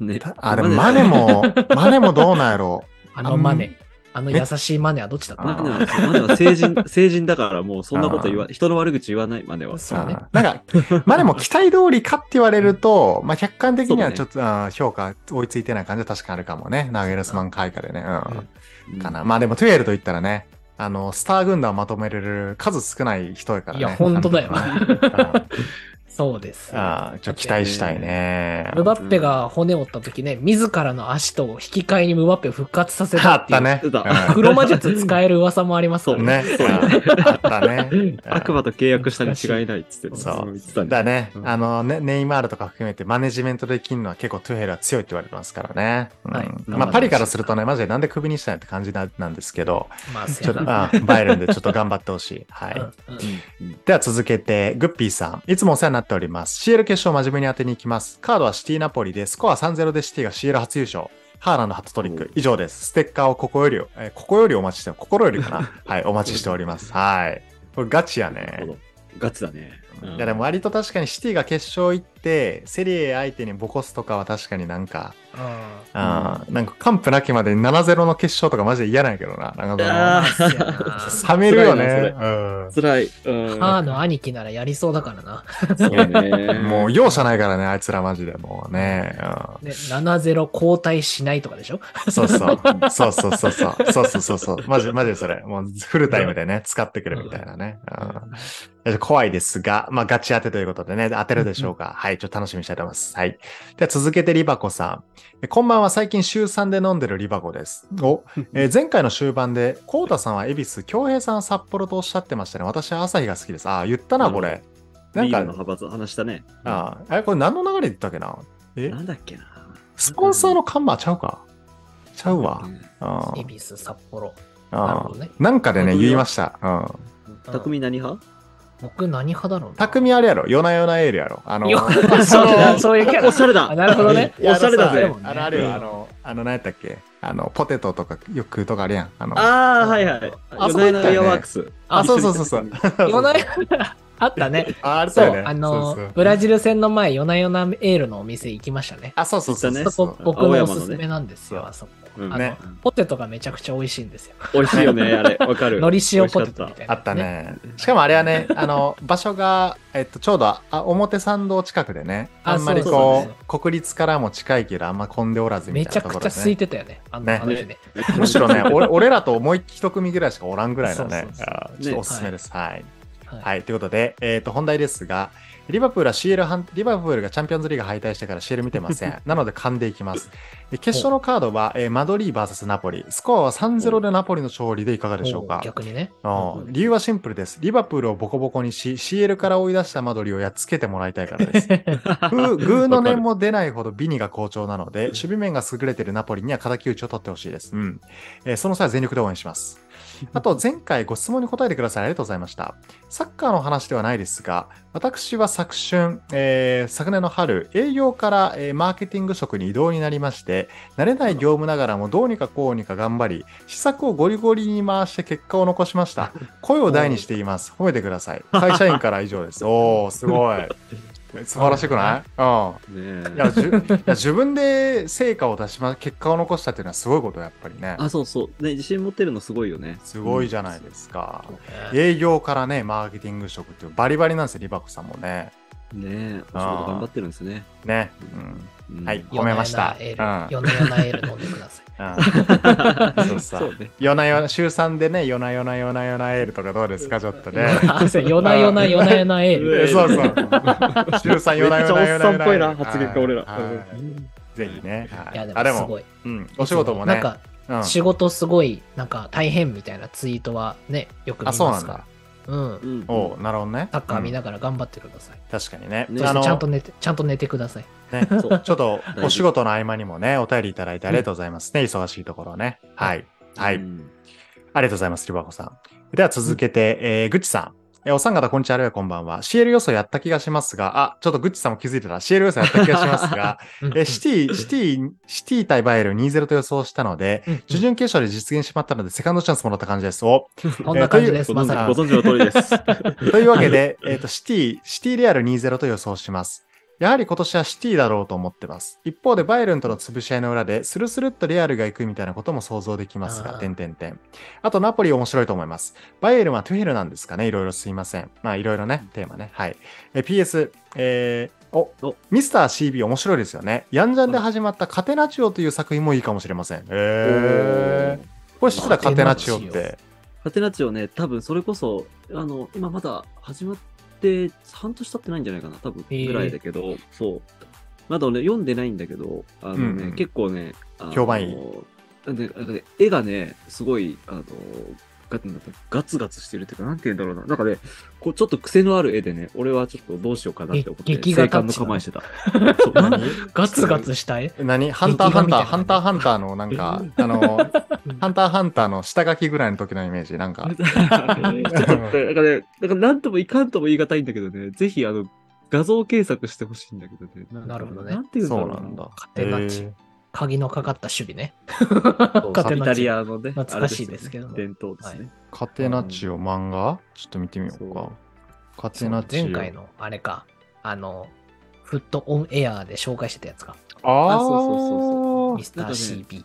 [SPEAKER 2] う。
[SPEAKER 3] ね
[SPEAKER 1] たあ、でもマネも、 マネもどうなんやろ
[SPEAKER 2] あのマネ。あの優しいマネはどっちだったんだ
[SPEAKER 3] マ
[SPEAKER 2] ろ
[SPEAKER 3] ネは、マネは成人、 成人だからもうそんなこと言わ、人の悪口言わない、マネは
[SPEAKER 2] う。。 そうね。
[SPEAKER 1] あーなんか、まあでも期待通りかって言われると、まあ客観的にはちょ
[SPEAKER 3] そうだ
[SPEAKER 1] っと、
[SPEAKER 3] ね
[SPEAKER 1] あー評価追いついてない感じは確かにあるかもね。ナゲルスマン開花でね。うん。
[SPEAKER 3] うん
[SPEAKER 1] かな。まあでもトゥエルと言ったらね、あの、スター軍団をまとめれる数少ない人やからね。
[SPEAKER 2] いや本当だよ
[SPEAKER 1] うんあ
[SPEAKER 2] そうです。
[SPEAKER 1] ーちょっと期待したいね。
[SPEAKER 2] ムバッペが骨折った時ね、自らの足と引き換えにムバッペを復活させた
[SPEAKER 1] あ
[SPEAKER 2] っ
[SPEAKER 1] って
[SPEAKER 2] い
[SPEAKER 1] た
[SPEAKER 2] う。
[SPEAKER 1] ね。
[SPEAKER 3] 出た
[SPEAKER 1] う
[SPEAKER 2] 黒魔術使える噂もありますか
[SPEAKER 1] ん
[SPEAKER 2] ら
[SPEAKER 1] ね。あったね。うん
[SPEAKER 3] 悪魔と契約したに違いないっつって、
[SPEAKER 1] そう
[SPEAKER 3] 言ってたね
[SPEAKER 1] だね
[SPEAKER 3] う。ん
[SPEAKER 1] あの、ね、ネイマールとか含めてマネジメントできるのは結構トゥヘルは強いって言われてますからね。うん
[SPEAKER 2] はい
[SPEAKER 1] まあ、パリからするとね、マジでなんでクビにしたんやって感じななんですけど、
[SPEAKER 2] まあ、
[SPEAKER 1] ち
[SPEAKER 2] せ
[SPEAKER 1] ょ
[SPEAKER 2] や
[SPEAKER 1] っと、
[SPEAKER 2] な。
[SPEAKER 1] あバイエルンでちょっと頑張ってほしい。はい。
[SPEAKER 2] うんうん
[SPEAKER 3] うん
[SPEAKER 1] では続けて、グッピーさん。いつもお世話になっております。CL 決勝真面目に当てに行きます。カードはシティナポリで、スコア3-0でシティが CL 初優勝。ハーランド初トリッ
[SPEAKER 3] おう
[SPEAKER 1] ク。以上です。ステッカーをここより、えーここよりお待ちして、心よりか な。はい、お待ちしております。はい。これガチや
[SPEAKER 3] なる
[SPEAKER 1] ね
[SPEAKER 3] ほ。どガチだね。うん
[SPEAKER 1] いやでも割と確かにシティが決勝行ってセリエ相手にボコスとかは確かになんか、
[SPEAKER 2] あー
[SPEAKER 1] あーなんか完膚なきまでに7-0の決勝とかマジで嫌なんやけどな。なん
[SPEAKER 3] あ
[SPEAKER 1] か
[SPEAKER 2] まあせやな
[SPEAKER 1] その冷めるよね。
[SPEAKER 3] 辛い
[SPEAKER 1] うん
[SPEAKER 3] 辛い。うん
[SPEAKER 2] ハーの兄貴ならやりそうだからな。
[SPEAKER 3] そうね。
[SPEAKER 1] もう容赦ないからね、あいつらマジでもうね。うん
[SPEAKER 2] ね、7-0交代しないとかでしょ
[SPEAKER 1] そう そう。そうそうそうそう。そうそうそうそう。マジ、マジでそれ。もうフルタイムでね、使ってくるみたいなね。うん、怖いですが、まあガチ当てということでね、当てるでしょうか。はい、ちょっと楽しみにしたいと思います。はい。では続けてリバコさん。えこんばんは、最近週3で飲んでるリバコです。お、えー前回の終盤で、コウタさんは恵比寿、京平さんは札幌とおっしゃってましたね。私は朝日が好きです。ああ、言ったな、これ。な
[SPEAKER 3] ビ
[SPEAKER 1] ん
[SPEAKER 3] ールの
[SPEAKER 1] か、
[SPEAKER 3] 派閥話したね。
[SPEAKER 1] ああ、えこれ何の流れで言ったっけなえ
[SPEAKER 3] なんだっけな。
[SPEAKER 1] スポンサーの看板ちゃうかちゃうわ。あ
[SPEAKER 2] 恵比寿、札幌。なる
[SPEAKER 1] あ
[SPEAKER 2] ほどね
[SPEAKER 1] なんかでね、
[SPEAKER 3] 匠
[SPEAKER 1] 言いました。うん。
[SPEAKER 3] 匠何派
[SPEAKER 2] 僕何派だろうな
[SPEAKER 1] 匠あれやろ、夜な夜なエールやろ。 あの、
[SPEAKER 2] よ
[SPEAKER 1] そ
[SPEAKER 2] そう
[SPEAKER 1] の
[SPEAKER 2] そういうキャラ
[SPEAKER 3] おしゃれだ
[SPEAKER 2] あなるほどね。
[SPEAKER 1] いや
[SPEAKER 3] おしゃれだぜ
[SPEAKER 1] あのさあの、あれよ、あの、あの、何やったっけあの、ポテトとかよく食うとかあるやん。あの、
[SPEAKER 3] ああ、はいはい。
[SPEAKER 1] あ
[SPEAKER 3] あ、
[SPEAKER 1] そうだ
[SPEAKER 3] そ
[SPEAKER 1] よ
[SPEAKER 3] う
[SPEAKER 1] ね
[SPEAKER 3] だよ。ワークス。
[SPEAKER 1] あそうそうそうそう。
[SPEAKER 2] 夜な夜なあったね。
[SPEAKER 1] ああれ
[SPEAKER 2] そ
[SPEAKER 1] だ
[SPEAKER 2] う
[SPEAKER 1] よね。、
[SPEAKER 2] あの
[SPEAKER 1] そうそう
[SPEAKER 2] ブラジル戦の前、夜な夜なエールのお店行きましたね。
[SPEAKER 1] あ、そうそうそう
[SPEAKER 3] 行ったね
[SPEAKER 2] そこ、僕
[SPEAKER 3] 青
[SPEAKER 2] のお
[SPEAKER 3] 山のね
[SPEAKER 2] すすめなんですよ、あそこ。
[SPEAKER 3] うん
[SPEAKER 2] あの
[SPEAKER 1] ね
[SPEAKER 2] ポテトがめちゃくちゃ美味しいんですよ。
[SPEAKER 3] 美味しいよね、あれ。わかる。
[SPEAKER 2] のり塩ポテトみたいな、
[SPEAKER 1] あった。ね。しかもあれはね、あの、場所が、えっと、ちょうどあ表参道近くでね、
[SPEAKER 2] あ
[SPEAKER 1] あんまり
[SPEAKER 2] そう
[SPEAKER 1] こ
[SPEAKER 2] そう
[SPEAKER 1] う、国立からも近いけど、あんま混んでおらずみ
[SPEAKER 2] め
[SPEAKER 1] たい
[SPEAKER 2] ちゃ
[SPEAKER 1] なとこ
[SPEAKER 2] く
[SPEAKER 1] ろ
[SPEAKER 2] ち
[SPEAKER 1] で、ね。
[SPEAKER 2] ゃ空いてたよね、あの
[SPEAKER 1] ね
[SPEAKER 2] あの日ね。
[SPEAKER 3] 美味しいよね。
[SPEAKER 1] むし ろね、俺俺らともう一組ぐらいしかおらんぐらいのね
[SPEAKER 2] そうそうそう
[SPEAKER 1] あーちょっとおすすめです。はい。
[SPEAKER 2] はい
[SPEAKER 1] はい。ということで、えっ、と、本題ですが、リバプールは CL はん、リバプールがチャンピオンズリーグ敗退してから CL 見てませ ん。なので噛んでいきます。で決勝のカードは、えーマドリー VS ナポリ。スコアは3-0でナポリの勝利でいかがでしょう
[SPEAKER 2] も
[SPEAKER 1] か
[SPEAKER 2] う逆にね。
[SPEAKER 1] うん理由はシンプルです。リバプールをボコボコにし、CL から追い出したマドリーをやっつけてもらいたいから です。グーグーの念も出ないほどビニが好調なので、守備面が優れているナポリには敵討ちを取ってほしいです。うん。えーその際は全力で応援し ます。あと、前回ご質問に答えてくださりありがとうございました。サッカーの話ではないですが、私は昨春、えー昨年の春、営業から、えーマーケティング職に異動になりまして、慣れない業務ながらもどうにかこうにか頑張り、施策をゴリゴリに回して結果を残しました。声を大にしています。褒めてください。会社員から以上です。おー、すごい。素晴らしくないうん。
[SPEAKER 3] ね
[SPEAKER 1] いやじゅいや自分で成果を出しま結果を残したっていうのはすごいことやっぱりね
[SPEAKER 3] あ、そうそう。ね、自信持ってるのすごいよね。
[SPEAKER 1] すごいじゃないですか、
[SPEAKER 2] ね
[SPEAKER 1] 営業からねマーケティング職っていうバリバリなんですよリバコさんもね
[SPEAKER 3] ねえ、お仕事頑張ってるんですね。
[SPEAKER 1] ね、
[SPEAKER 3] うん
[SPEAKER 1] はい
[SPEAKER 2] 夜
[SPEAKER 1] 褒めましたうん
[SPEAKER 2] な夜なエール飲んでください。
[SPEAKER 1] うん、うん、そうさ
[SPEAKER 3] そうね。
[SPEAKER 1] 夜な夜な週3でね夜な夜な夜な夜なエールとかどう ですかちょっとね
[SPEAKER 2] あそう夜な夜な夜な夜 なエール。
[SPEAKER 1] えそうそう週3夜な夜な夜な夜な
[SPEAKER 3] めっちゃおっさんっぽいな、発言が俺ら。
[SPEAKER 1] はいはい
[SPEAKER 3] うん
[SPEAKER 1] ぜひね。はい
[SPEAKER 2] や、で
[SPEAKER 1] あ、で
[SPEAKER 2] もす
[SPEAKER 1] も、
[SPEAKER 2] ごい。
[SPEAKER 1] うん、お仕事もね。
[SPEAKER 2] なんか、
[SPEAKER 1] うん、
[SPEAKER 2] 仕事すごい、なんか大変みたいなツイートはね、よく見
[SPEAKER 1] あ、
[SPEAKER 2] ま
[SPEAKER 1] そうな
[SPEAKER 2] す
[SPEAKER 1] ん
[SPEAKER 2] か
[SPEAKER 1] だ。
[SPEAKER 2] ら。うん。
[SPEAKER 3] うん
[SPEAKER 1] おうなるほどね。
[SPEAKER 2] サッカー見
[SPEAKER 1] うん
[SPEAKER 2] ながら頑張ってください。
[SPEAKER 1] 確かにね。
[SPEAKER 3] ね
[SPEAKER 2] そ
[SPEAKER 1] あ
[SPEAKER 2] して
[SPEAKER 1] の
[SPEAKER 2] ちゃんと寝て、ちゃんと寝てください。
[SPEAKER 1] ね、
[SPEAKER 3] そう
[SPEAKER 1] ちょっと
[SPEAKER 3] 大丈夫
[SPEAKER 1] お仕事の合間にもね、お便りいただいてありがとうございますね。忙しいところね。はい。 はい。
[SPEAKER 3] うん
[SPEAKER 1] ありがとうございます、リバコさん。では続けて、えー、ぐっちさん。えーお三方、こんにちは、あるいはこんばんは。CL 予想やった気がしますが、あ、ちょっとぐっちさんも気づいてた。CL 予想やった気がします が、
[SPEAKER 2] うん
[SPEAKER 1] えーシティ、シティ、シティ対バイエルン2-0と予想したので、
[SPEAKER 2] うん
[SPEAKER 1] 準々決勝で実現しまったので、セカンドチャンスもらった感じです。お、
[SPEAKER 2] こんな感じで
[SPEAKER 3] ご
[SPEAKER 2] す、
[SPEAKER 1] え
[SPEAKER 2] ま
[SPEAKER 1] ーという
[SPEAKER 2] さ
[SPEAKER 1] あ
[SPEAKER 3] 存
[SPEAKER 2] に。
[SPEAKER 3] 知ご存知の通り です。
[SPEAKER 1] というわけで、えっ、と、シティ、シティレアル2-0と予想します。やはり今年はシティだろうと思ってます。一方で、バイエルンとの潰し合いの裏で、スルスルっとレアルが行くみたいなことも想像できます
[SPEAKER 2] あ
[SPEAKER 1] が、
[SPEAKER 2] ー
[SPEAKER 1] 点点点。あと、ナポリ面白いと思います。バイエルンはトゥヘルなんですかねいろいろすいません。まあ、いろいろね、テーマね。はい。えー PS、えーお
[SPEAKER 3] お
[SPEAKER 1] ミスター CB 面白いですよね。ヤンジャンで始まったカテナチオという作品もいいかもしれません。えー、これ知ってたカテナチオっ
[SPEAKER 2] カテナチ
[SPEAKER 1] て。
[SPEAKER 3] ハテナチオね、多分それこそ、あの、今まだ始まって半年経ってないんじゃないかな、多分
[SPEAKER 2] へー
[SPEAKER 3] ぐらいだけど、そう。まだね、読んでないんだけど、あのね、
[SPEAKER 1] うんうん
[SPEAKER 3] 結構ね、あの
[SPEAKER 1] 評判いい
[SPEAKER 3] でなんかね絵がね、すごい、あの、ガガツガツしてるっていうか、なんて言うんだろうな。なんかね、こうちょっと癖のある絵でね、俺はちょっとどうしようかなって思って、
[SPEAKER 2] 劇画タ
[SPEAKER 3] 静観
[SPEAKER 2] ッ
[SPEAKER 3] の
[SPEAKER 2] チな
[SPEAKER 3] 構えしてた。そうなんか
[SPEAKER 2] ガツガツしたい。
[SPEAKER 1] 何ハンターハンター、ハン
[SPEAKER 2] 劇
[SPEAKER 1] ター
[SPEAKER 2] 画
[SPEAKER 1] ハンターのなん か、あの、ハンターハンターの下書きぐらいの時のイメージ、なんか。
[SPEAKER 3] ちょっとね、なんかね、なんかなんともいかんとも言い難いんだけどね、ぜひあの画像検索してほしいんだけどね。んか
[SPEAKER 2] なるほどね
[SPEAKER 3] なんていうんだ
[SPEAKER 1] そ
[SPEAKER 3] ろ
[SPEAKER 1] うな
[SPEAKER 3] う
[SPEAKER 1] んだ。
[SPEAKER 2] カテナチ
[SPEAKER 1] へ
[SPEAKER 2] 鍵のかかった守備ね。
[SPEAKER 3] そう
[SPEAKER 2] カ
[SPEAKER 3] カ
[SPEAKER 2] テ
[SPEAKER 3] ピ
[SPEAKER 2] ナ
[SPEAKER 3] タリ
[SPEAKER 2] チ。
[SPEAKER 3] アのね、
[SPEAKER 2] 懐かしいですけど
[SPEAKER 3] あれですよね伝統ですね。
[SPEAKER 1] ーカテナチオ漫画ちょっと見てみようか。カテナチオ。
[SPEAKER 2] 前回のあれか、あの、フットオンエアで紹介してたやつか。
[SPEAKER 1] ああ、
[SPEAKER 3] あそうそうそう
[SPEAKER 2] ミスター
[SPEAKER 3] なんかね
[SPEAKER 2] CB。うん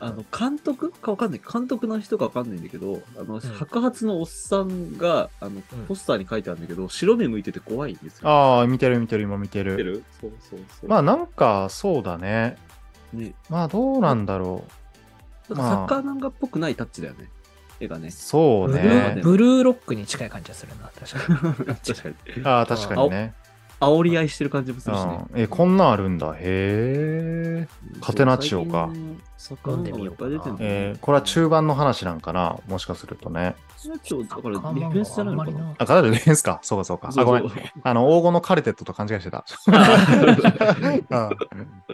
[SPEAKER 3] あの監督かわかんない、監督の人かわかんないんだけど、あの、
[SPEAKER 2] ん
[SPEAKER 3] 白髪のおっさんが、あの
[SPEAKER 2] うん、
[SPEAKER 3] ポスターに書いてあるんだけど、白目向いてて怖いんですよ。
[SPEAKER 1] あ
[SPEAKER 3] あ、
[SPEAKER 1] あ、見てる見てる、今見て
[SPEAKER 3] て
[SPEAKER 1] る。
[SPEAKER 3] るそうそうそう。
[SPEAKER 1] まあなんか、そうだね。
[SPEAKER 3] ね、
[SPEAKER 1] まあどうなんだろ
[SPEAKER 3] なんかサッカー漫画っぽくないタッチだよね。絵がね
[SPEAKER 1] う。。そう
[SPEAKER 2] ブルー
[SPEAKER 1] ね。
[SPEAKER 2] ブルーロックに近い感じがするな、確かに。
[SPEAKER 3] 確かに。
[SPEAKER 1] ああ、確かにね。
[SPEAKER 3] 煽り合いしてる感じもするしね。
[SPEAKER 1] うんえ、こんなんあるんだ。へえ。カテナチオか。
[SPEAKER 3] そう
[SPEAKER 2] 飲んでみようかな
[SPEAKER 1] えーこれは中盤の話なんかなもしかするとね。
[SPEAKER 3] 中だからディフェンスじゃないのかな。
[SPEAKER 1] あ、カテナチオですかそうかそうか。あ、ごめん。あの、黄金のカルテットと勘違いしてた。う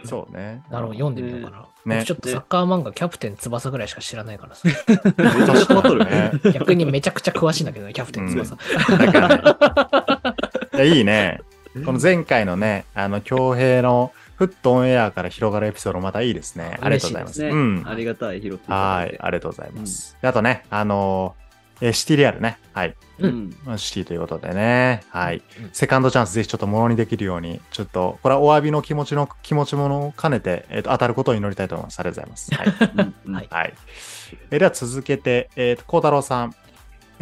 [SPEAKER 1] んそうね。
[SPEAKER 2] なるほど、読んでみようかな。
[SPEAKER 1] ね
[SPEAKER 2] 僕ちょっとサッカー漫画、キャプテン翼ぐらいしか知らない からさ。
[SPEAKER 3] めちゃめちゃ困っとるね。
[SPEAKER 1] ね。
[SPEAKER 2] 逆にめちゃくちゃ詳しいんだけどね、キャプテン翼。
[SPEAKER 1] だ からね。いや、いいね。この前回のね、あの、京平のフットオンエアから広がるエピソードまたいいですね。ありがとうございます。
[SPEAKER 3] ね
[SPEAKER 1] うん。
[SPEAKER 3] ありがたい、拾っていただ
[SPEAKER 1] はいい
[SPEAKER 3] て。。
[SPEAKER 1] ありがとうございます。であとね、あのーえーシティリアルね。はい。
[SPEAKER 2] う
[SPEAKER 3] うん。
[SPEAKER 1] まあシティということでね。はい。
[SPEAKER 2] うん
[SPEAKER 1] セカンドチャンスぜひちょっとものにできるように、ちょっと、これはお詫びの気持ちの、気持ちものを兼ねて、えっ、と、当たることを祈りたいと思います。ありがとうございます。はい。
[SPEAKER 3] うん
[SPEAKER 2] はい
[SPEAKER 1] はい。えでは続けて、えー、と、孝太郎さん。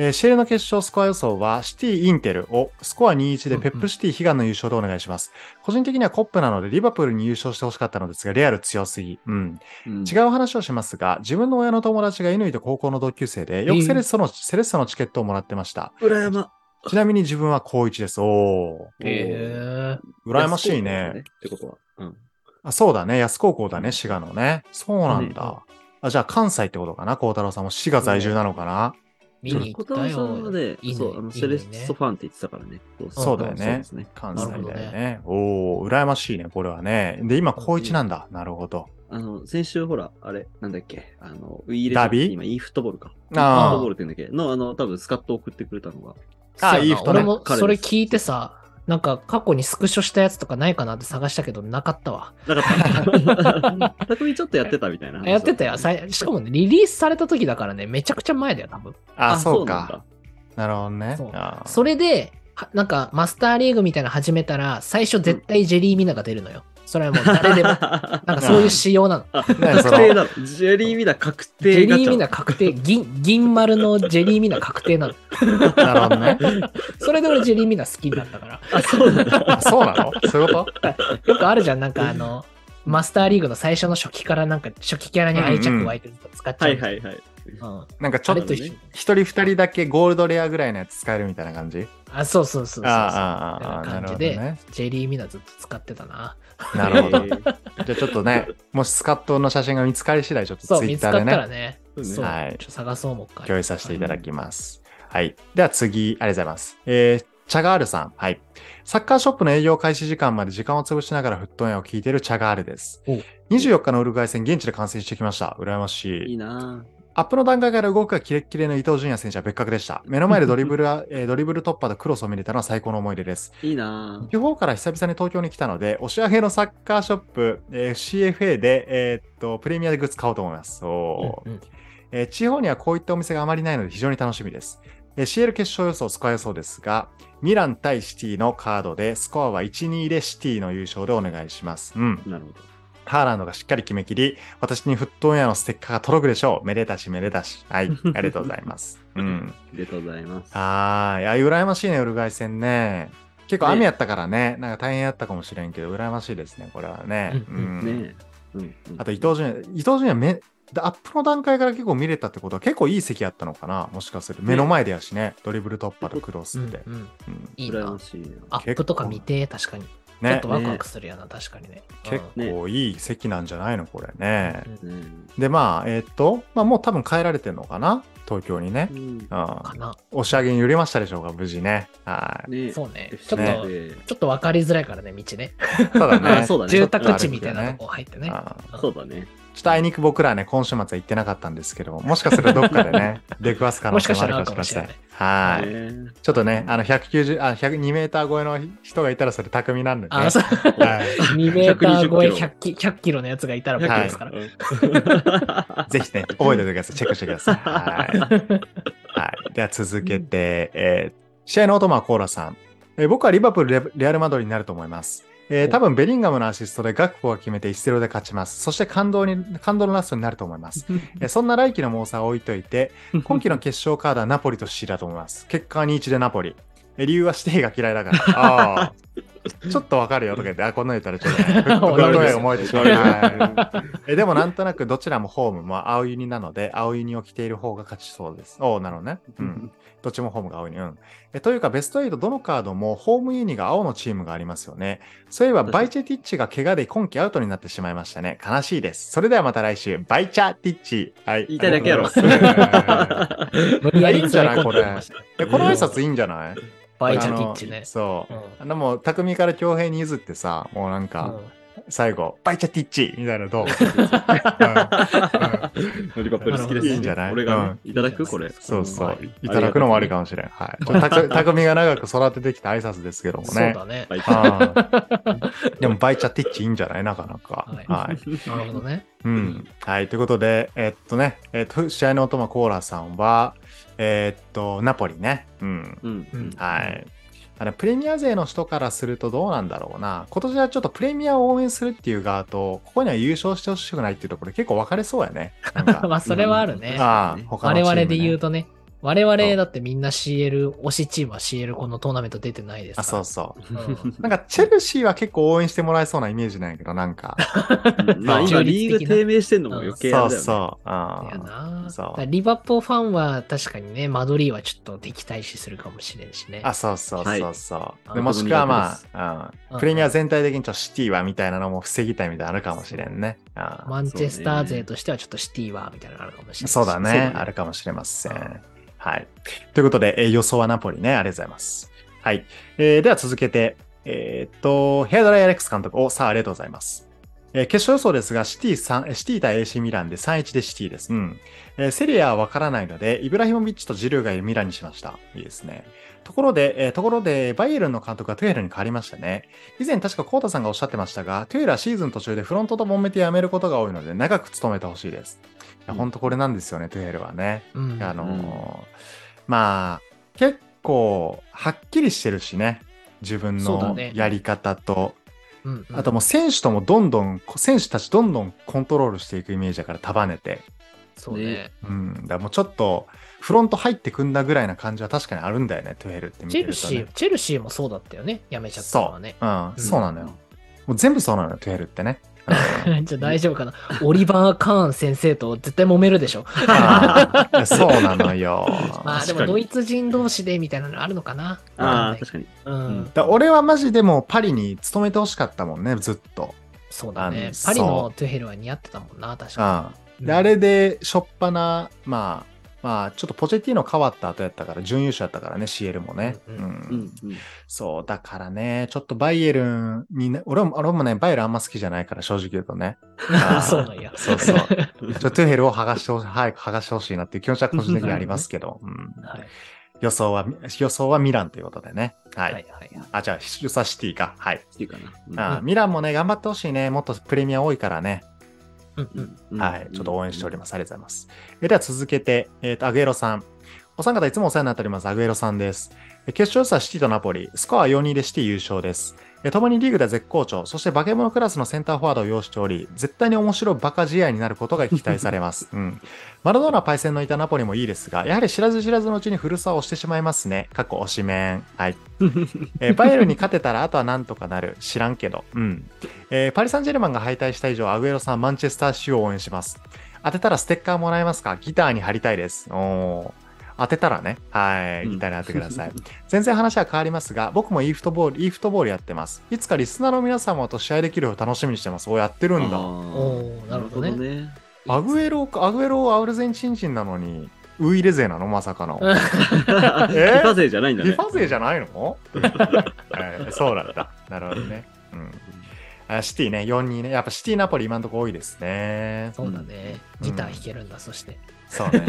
[SPEAKER 1] えーシェルの決勝スコア予想は、シティ・インテルをスコア2-1でペップシティ悲願の優勝でお願いします。個人的にはコップなのでリバプールに優勝してほしかったのですが、レアル強すぎ。うん。
[SPEAKER 3] うん
[SPEAKER 1] 違う話をしますが、自分の親の友達が乾と高校の同級生で、よくセレッソの、セレッソのチケットをもらってました。
[SPEAKER 3] 裏山。
[SPEAKER 1] ちなみに自分は高1です。おー。
[SPEAKER 3] え
[SPEAKER 2] へー
[SPEAKER 1] 羨ましいね。。
[SPEAKER 3] ってことは。うん。
[SPEAKER 1] あそうだね。安高校だね。滋賀のね。そうなんだ。あじゃあ関西ってことかな孝太郎さんも滋賀在住なのかな、
[SPEAKER 2] 見に行
[SPEAKER 3] 小
[SPEAKER 2] ったよ。
[SPEAKER 3] 田さんはね、そう、あの、セレッソファンって言ってたからね。
[SPEAKER 1] そうだよね
[SPEAKER 3] そうです。
[SPEAKER 1] 関西だよ
[SPEAKER 2] なる
[SPEAKER 1] ね
[SPEAKER 2] ほど
[SPEAKER 1] おー、羨ましいね。これはね。で、今高1なんだ。なるほど。
[SPEAKER 3] あの、先週ほら、あれ、なんだっけ、あの、ウィーレ
[SPEAKER 1] ダビ
[SPEAKER 3] 今、イーフットボールか。
[SPEAKER 1] あ
[SPEAKER 2] ー
[SPEAKER 3] イーフットボールって言うんだっけの、あの、多分スカット送ってくれたのが。
[SPEAKER 1] あ
[SPEAKER 2] そうやない
[SPEAKER 1] い人ね
[SPEAKER 2] 俺も
[SPEAKER 3] 彼です
[SPEAKER 2] それ聞いてさ、なんか過去にスクショしたやつとかないかなって探したけど、なかったわ。
[SPEAKER 3] なかった。 匠ちょっとやってたみたいな。
[SPEAKER 2] やってたよ。さいしかもね、リリースされた時だからね、めちゃくちゃ前だよ、多分。
[SPEAKER 1] あそう
[SPEAKER 3] なん
[SPEAKER 1] か
[SPEAKER 3] だ。。
[SPEAKER 1] なるほどね
[SPEAKER 2] そう。
[SPEAKER 1] あー
[SPEAKER 2] それで、はなんかマスターリーグみたいなの始めたら、最初絶対ジェリーミナが出るのよ。それはもう誰 でも。なん かそういう仕様なの。
[SPEAKER 3] あ
[SPEAKER 1] 何そ
[SPEAKER 3] 確
[SPEAKER 1] の
[SPEAKER 3] 定だろ。ジェリーミナ確
[SPEAKER 2] ジ
[SPEAKER 3] 定
[SPEAKER 2] ェ
[SPEAKER 3] ガ
[SPEAKER 2] リ
[SPEAKER 3] チ
[SPEAKER 2] ーミナ
[SPEAKER 3] ャ。
[SPEAKER 2] 確定、銀、銀丸のジェリーミナ確定なの。
[SPEAKER 1] なるほどね。
[SPEAKER 2] それで俺ジェリーミナ好きになったから。
[SPEAKER 3] あ、そうなんだ。
[SPEAKER 1] あそうなのそういうこ
[SPEAKER 2] よくあるじゃん、なんかあの、マスターリーグの最初の初期からなんか初期キャラに愛着湧いてると使っちゃ
[SPEAKER 3] は
[SPEAKER 2] う。
[SPEAKER 3] いはいはい。という。
[SPEAKER 2] うん。
[SPEAKER 1] なんかちょっ
[SPEAKER 2] あ
[SPEAKER 1] と
[SPEAKER 2] れと一緒。
[SPEAKER 1] 一人二人だけゴールドレアぐらいのやつ使えるみたいな感じ
[SPEAKER 2] あ、そうそうそうそうそう。
[SPEAKER 1] あーあーあー
[SPEAKER 2] みたいな感
[SPEAKER 1] な
[SPEAKER 2] じ
[SPEAKER 1] る
[SPEAKER 2] で、ジェリーミナずっと使ってたな。
[SPEAKER 1] なるほど。
[SPEAKER 3] えー
[SPEAKER 1] じゃあちょっとね、もしスカットの写真が見つかり次第、ちょっと
[SPEAKER 2] そう、
[SPEAKER 1] ツイ
[SPEAKER 2] 見
[SPEAKER 1] ッ
[SPEAKER 2] つか
[SPEAKER 1] タ
[SPEAKER 2] っ
[SPEAKER 1] ーで
[SPEAKER 2] た
[SPEAKER 1] ね
[SPEAKER 2] ら、ね。
[SPEAKER 3] そうね
[SPEAKER 2] そう。
[SPEAKER 1] はい
[SPEAKER 2] ちょっと探そうもう一回。
[SPEAKER 1] 共有させていただきます。はい。では次、ありがとうございます。えー、チャガールさん。はい。サッカーショップの営業開始時間まで時間を潰しながらフットエンを聞いているチャガールです
[SPEAKER 2] お。
[SPEAKER 1] 24日のウルグアイ戦、現地で観戦してきました。羨まし
[SPEAKER 3] いいな
[SPEAKER 1] アップの段階から動くがキレッキレの伊東純也選手は別格でした。目の前でドリブルは、えードリブル突破とクロスを見れたのは最高の思い出です。
[SPEAKER 3] ぁいいなぁ
[SPEAKER 1] 地方から久々に東京に来たので、押し上げのサッカーショップ、えー CFA で、えーっとプレミアでグッズ買おうと思います。そう
[SPEAKER 2] うんうん
[SPEAKER 1] えー地方にはこういったお店があまりないので非常に楽しみです。えー CL 決勝予想使えそうですが、ミラン対シティのカードで、スコアは1-2でシティの優勝でお願いします。うん。
[SPEAKER 3] なるほど。
[SPEAKER 1] ハーランドがしっかり決めきり、私にフットオンエアのステッカーが届くでしょう。めでたしめでたし。はい、ありがとうございます。うん。
[SPEAKER 3] ありがとうございます。
[SPEAKER 1] はーい。あ、羨ましいね、ウルグアイ戦ね。結構
[SPEAKER 3] ね
[SPEAKER 1] 雨やったからね、なんか大変やったかもしれんけど、羨ましいですね、これはね。
[SPEAKER 2] う
[SPEAKER 1] うんん。
[SPEAKER 3] ねえ。うんうん
[SPEAKER 1] あと伊藤純也、伊藤純也め、アップの段階から結構見れたってことは結構いい席やったのかな、もしかすると。目の前でやしね、ドリブル突破とクロス
[SPEAKER 2] う
[SPEAKER 1] っ
[SPEAKER 2] ん
[SPEAKER 1] て。
[SPEAKER 2] うん。
[SPEAKER 1] うん
[SPEAKER 2] いい
[SPEAKER 3] 羨
[SPEAKER 2] な
[SPEAKER 3] ま。しいな。
[SPEAKER 2] アップとか見て、確かに。ちょっ
[SPEAKER 1] ね
[SPEAKER 2] と、ワクワクするよな、確かにね。うん
[SPEAKER 1] 結構いい席なんじゃないの、これね。
[SPEAKER 3] ね
[SPEAKER 1] で、まあ、えーっと、まあ、もう多分帰られてんのかな、東京にね
[SPEAKER 3] え。うん
[SPEAKER 1] うん
[SPEAKER 2] かな。
[SPEAKER 1] 押し上げに揺れましたでしょうか、無事ね。はい。
[SPEAKER 3] ねえ
[SPEAKER 2] そうね。ちょ
[SPEAKER 3] FC
[SPEAKER 2] っと、
[SPEAKER 3] で
[SPEAKER 2] ちょっと分かりづらいからね、道ね。
[SPEAKER 1] ただ
[SPEAKER 3] あ
[SPEAKER 1] ね、
[SPEAKER 3] あそうだね。
[SPEAKER 2] 住宅地みたいなとこ入ってね。
[SPEAKER 1] あー
[SPEAKER 3] そうだね。
[SPEAKER 1] ちょっとあいにく僕らね、今週末は行ってなかったんですけど、もしかするとどっかでね、出くわす可能性もあるかもしれない
[SPEAKER 2] もし。
[SPEAKER 1] はい。
[SPEAKER 3] ね
[SPEAKER 1] ちょっとね、あの、190、あ、102メーター超えの人がいたらそれ巧みなんでね。
[SPEAKER 2] あ、そう。
[SPEAKER 1] はい。
[SPEAKER 2] 2メーター超え
[SPEAKER 3] 120キロ
[SPEAKER 2] 100, キ100キロのやつがいたら
[SPEAKER 3] え
[SPEAKER 2] 僕ですから。
[SPEAKER 3] は
[SPEAKER 1] ぜひね、覚えておいてください。チェックしてください。 はい。はい、では続けて、えー試合のオトマーコーラさん。えー僕はリバプールレ、レアルマドリーになると思います。えー多分ベリンガムのアシストでガクポが決めて1-0で勝ちます。そして感動に、感動のラストになると思います。えーそんな来季の猛者は置いといて、今季の決勝カードはナポリとシティだと思います。結果は2-1でナポリ。えー理由はシティが嫌いだから。ああ。ちょっとわかるよとか言って、あ、こんなん言ったらちょっとね、
[SPEAKER 2] 怒
[SPEAKER 1] 怒
[SPEAKER 2] ら
[SPEAKER 1] ら
[SPEAKER 2] れる
[SPEAKER 1] れ思えてしまう。
[SPEAKER 3] 怒られ
[SPEAKER 1] はいえでもなんとなくどちらもホームも青ユニなので青ユニを着ている方が勝ちそうです。おおなるほどね。うん。どっちもホームが青ユニ。うん。えというかベスト8どのカードもホームユニが青のチームがありますよね。そういえば
[SPEAKER 3] 確か
[SPEAKER 1] バ
[SPEAKER 3] に
[SPEAKER 1] イチェティッチが怪我で今季アウトになってしまいましたね。悲しいです。それではまた来週。バイチャティッチ。 はい。
[SPEAKER 3] 言いたいだけやろ
[SPEAKER 1] ありがとうございます
[SPEAKER 2] 無理やり
[SPEAKER 1] いいんじゃない
[SPEAKER 2] 連れ込ん できました
[SPEAKER 1] えこの挨拶いいんじゃない
[SPEAKER 2] バイチャティッチね
[SPEAKER 1] あの。そう。
[SPEAKER 2] う
[SPEAKER 1] あのもう匠から恭平に譲ってさ、もうなんか、
[SPEAKER 2] うん
[SPEAKER 1] 最後、バイチャティッチみたいなのどう、うんうん
[SPEAKER 3] いリバプール好きですね。
[SPEAKER 1] いいんじゃない
[SPEAKER 3] 俺がね
[SPEAKER 2] うん
[SPEAKER 3] いただくこれ。
[SPEAKER 1] そうそう、。
[SPEAKER 2] はい
[SPEAKER 1] ただくのもありかもしれん。はい。ちょっとたく匠が長く育ててきた挨拶ですけども
[SPEAKER 2] そう
[SPEAKER 1] ね。
[SPEAKER 2] だね。
[SPEAKER 3] はい
[SPEAKER 1] はいでも、バイチャティッチいいんじゃないなかなか。
[SPEAKER 2] はい
[SPEAKER 1] はい。
[SPEAKER 2] なるほどね。
[SPEAKER 1] うん。はい。ということで、えっとね、えっと、試合のお供コーラさんは、えっと、ナポリね。うん。
[SPEAKER 3] うん。
[SPEAKER 2] うん
[SPEAKER 1] はい。あのプレミア勢の人からするとどうなんだろうな。今年はちょっとプレミアを応援するっていう側と、ここには優勝してほしくないっていうところで結構分かれそうやね。なんか
[SPEAKER 2] まあ、それはあるね。
[SPEAKER 1] ああ
[SPEAKER 3] ね
[SPEAKER 1] 他のチ
[SPEAKER 2] 我
[SPEAKER 1] ーム
[SPEAKER 2] 々
[SPEAKER 1] ね
[SPEAKER 2] で言うとね。我々だってみんな CL、推しチームは CL このトーナメント出てないですか
[SPEAKER 1] あ、
[SPEAKER 2] ら。
[SPEAKER 1] そうそう。
[SPEAKER 2] うん
[SPEAKER 1] なんかチェルシーは結構応援してもらえそうなイメージなんやけど、なんか。
[SPEAKER 3] まあ今リーグ低迷してんのも余計
[SPEAKER 1] そ
[SPEAKER 3] あれ
[SPEAKER 1] う
[SPEAKER 3] だよね。
[SPEAKER 1] そう。
[SPEAKER 2] や
[SPEAKER 1] あ
[SPEAKER 2] な
[SPEAKER 1] そう
[SPEAKER 2] だからリバプールファンは確かにね、マドリーはちょっと敵対視するかもしれんしね。
[SPEAKER 1] あ、そうそうそうそう。
[SPEAKER 2] はい
[SPEAKER 1] で
[SPEAKER 2] あ
[SPEAKER 1] もしくはまあ、
[SPEAKER 2] う
[SPEAKER 1] うんんプレミア全体的にちょっとシティはみたいなのも防ぎたいみたいなのあるかもしれんね。あ
[SPEAKER 2] マンチェスター勢としてはちょっとシティはみたいなのがあるかもしれないし
[SPEAKER 1] そうだ
[SPEAKER 3] そう
[SPEAKER 1] ね
[SPEAKER 3] だね。
[SPEAKER 1] あるかもしれません。はい。ということで、えー予想はナポリね。ありがとうございます。はい。えーでは続けて、えーっと、ヘアドライアレックス監督。お、さあ、ありがとうございます。えー決勝予想ですが、シティ3、シティ対 AC ミランで3-1でシティです。うん。えーセリアはわからないので、イブラヒモビッチとジルーがいるミランにしました。いいですね。ところで、えーところで、バイエルンの監督がトゥエルに変わりましたね。以前確かコータさんがおっしゃってましたが、トゥエルはシーズン途中でフロントと揉めて辞めることが多いので、長く務めてほしいです。いや、
[SPEAKER 3] うん
[SPEAKER 1] 本当これなんですよね、トゥエルはね。
[SPEAKER 2] うん。
[SPEAKER 1] あのーまあ、結構、はっきりしてるしね。自分
[SPEAKER 2] そうだ
[SPEAKER 1] の
[SPEAKER 2] ね
[SPEAKER 1] やり方と、
[SPEAKER 2] うん
[SPEAKER 1] あともう選手ともどんどん、こ選手たちどんどんコントロールしていくイメージだから束ねて。
[SPEAKER 2] そうね
[SPEAKER 3] ね。
[SPEAKER 1] うん。だからもうちょっと、フロント入ってくんだぐらいな感じは確かにあるんだよね、トゥエルって見
[SPEAKER 2] チ
[SPEAKER 1] て
[SPEAKER 2] ェル
[SPEAKER 1] ると
[SPEAKER 2] シ
[SPEAKER 1] ね
[SPEAKER 2] ー、。チェルシーもそうだったよね。やめちゃったの
[SPEAKER 1] そ
[SPEAKER 2] は
[SPEAKER 1] う
[SPEAKER 2] ね。。
[SPEAKER 1] うん、
[SPEAKER 2] ん
[SPEAKER 1] そうなのよ。もう全部そうなのよ、トゥエルってね。
[SPEAKER 2] じゃあ大丈夫かな。オリバー・カーン先生と絶対揉めるでしょ。
[SPEAKER 1] あーそうなのよ。
[SPEAKER 2] まあで
[SPEAKER 3] 確か
[SPEAKER 2] も
[SPEAKER 3] に
[SPEAKER 2] ドイツ人同士でみたいなのあるのかな。わ
[SPEAKER 3] ああ、
[SPEAKER 2] かんない
[SPEAKER 3] 確かに。
[SPEAKER 2] うん。
[SPEAKER 1] だ俺はマジでもうパリに勤めてほしかったもんね、ずっと。
[SPEAKER 2] そうだ
[SPEAKER 1] あの。
[SPEAKER 2] ねパリ
[SPEAKER 1] そ
[SPEAKER 2] の
[SPEAKER 1] う
[SPEAKER 2] トゥヘルは似合ってたもんな、確
[SPEAKER 1] う
[SPEAKER 2] か
[SPEAKER 1] ん。で、あ
[SPEAKER 2] に。
[SPEAKER 1] れで、しょっぱな、まあ、まあ、ちょっとポチェティーノ変わった後やったから、準優勝やったからね、CL もね。
[SPEAKER 2] う
[SPEAKER 1] うんん。
[SPEAKER 2] うん
[SPEAKER 3] うん、うん。
[SPEAKER 1] そう、だからね、ちょっとバイエルンにね、俺も、俺もね、バイエルンあんま好きじゃないから、正直言うと ね。
[SPEAKER 2] あそうなんや。
[SPEAKER 1] そう そう。ちょっとトゥヘルを剥がして ほしい、早く剥がしてほしいなっていう気持ちは個人的にありますけど、うん、
[SPEAKER 2] はい
[SPEAKER 1] 予想は、予想はミランということでね。は。
[SPEAKER 2] はいいはいはい。
[SPEAKER 1] あ、じゃあ、予想はシティか。はい。
[SPEAKER 3] っていうかな。
[SPEAKER 1] あミランもね、頑張ってほしいね。もっとプレミア多いからね。
[SPEAKER 2] うん
[SPEAKER 3] う
[SPEAKER 2] うんん
[SPEAKER 3] うん。
[SPEAKER 1] はい。ちょっと応援しておりますす。ありがとうございます。えでは続けて、えっ、と、アグエロさん。お三方いつもお世話になっております。アグエロさんです。え決勝予選シティとナポリ。スコア4-2でシティ優勝です。え共にリーグでは絶好調、そして化け物クラスのセンターフォワードを擁しており、絶対に面白いバカ試合になることが期待されます。うん。マラドーナパイセンのいたナポリもいいですが、やはり知らず知らずのうちに古さを押してしまいますね。過去推しメン。はい。えーバイエルンに勝てたらあとはなんとかなる。知らんけど。うん。えーパリ・サンジェルマンが敗退した以上、アグエロさん、マンチェスター州を応援します。当てたらステッカーもらえますかギターに貼りたいです。おー当てたらね。は
[SPEAKER 3] う
[SPEAKER 1] い。
[SPEAKER 3] ん
[SPEAKER 1] ギターに貼ってください。全然話は変わりますが、僕も e フットボール、e フットボールやってます。いつかリスナーの皆様と試合できるよう楽しみにしてます。おやってるん
[SPEAKER 3] あ
[SPEAKER 1] だ。
[SPEAKER 3] ー
[SPEAKER 2] おーなるほどね
[SPEAKER 3] ね。
[SPEAKER 1] アグエロか、アグエロアルゼンチン人なのに、ウイレ勢なのまさかの。
[SPEAKER 3] えリファ勢じゃないんだね。
[SPEAKER 1] リファ勢じゃないの、 えーそうなんだ。なるほどね。うん。あシティね、4-2ね。やっぱシティナポリ今のとこ多いですね。
[SPEAKER 2] そうだね。
[SPEAKER 1] うん
[SPEAKER 2] ギター弾けるんだ、そして。
[SPEAKER 1] そう ね。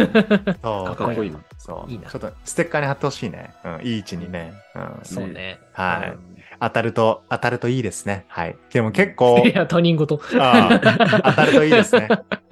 [SPEAKER 1] そう。
[SPEAKER 3] かっこいいな。
[SPEAKER 1] そう。
[SPEAKER 2] いいな
[SPEAKER 1] ちょっとステッカーに貼ってほしいね。うん。いい位置にね。うん。
[SPEAKER 2] そうね。
[SPEAKER 1] はい
[SPEAKER 2] うん。
[SPEAKER 1] 当たると、当たるといいですね。はい。でも結 構
[SPEAKER 2] い、や、他人事。
[SPEAKER 1] ああ当たるといいですね。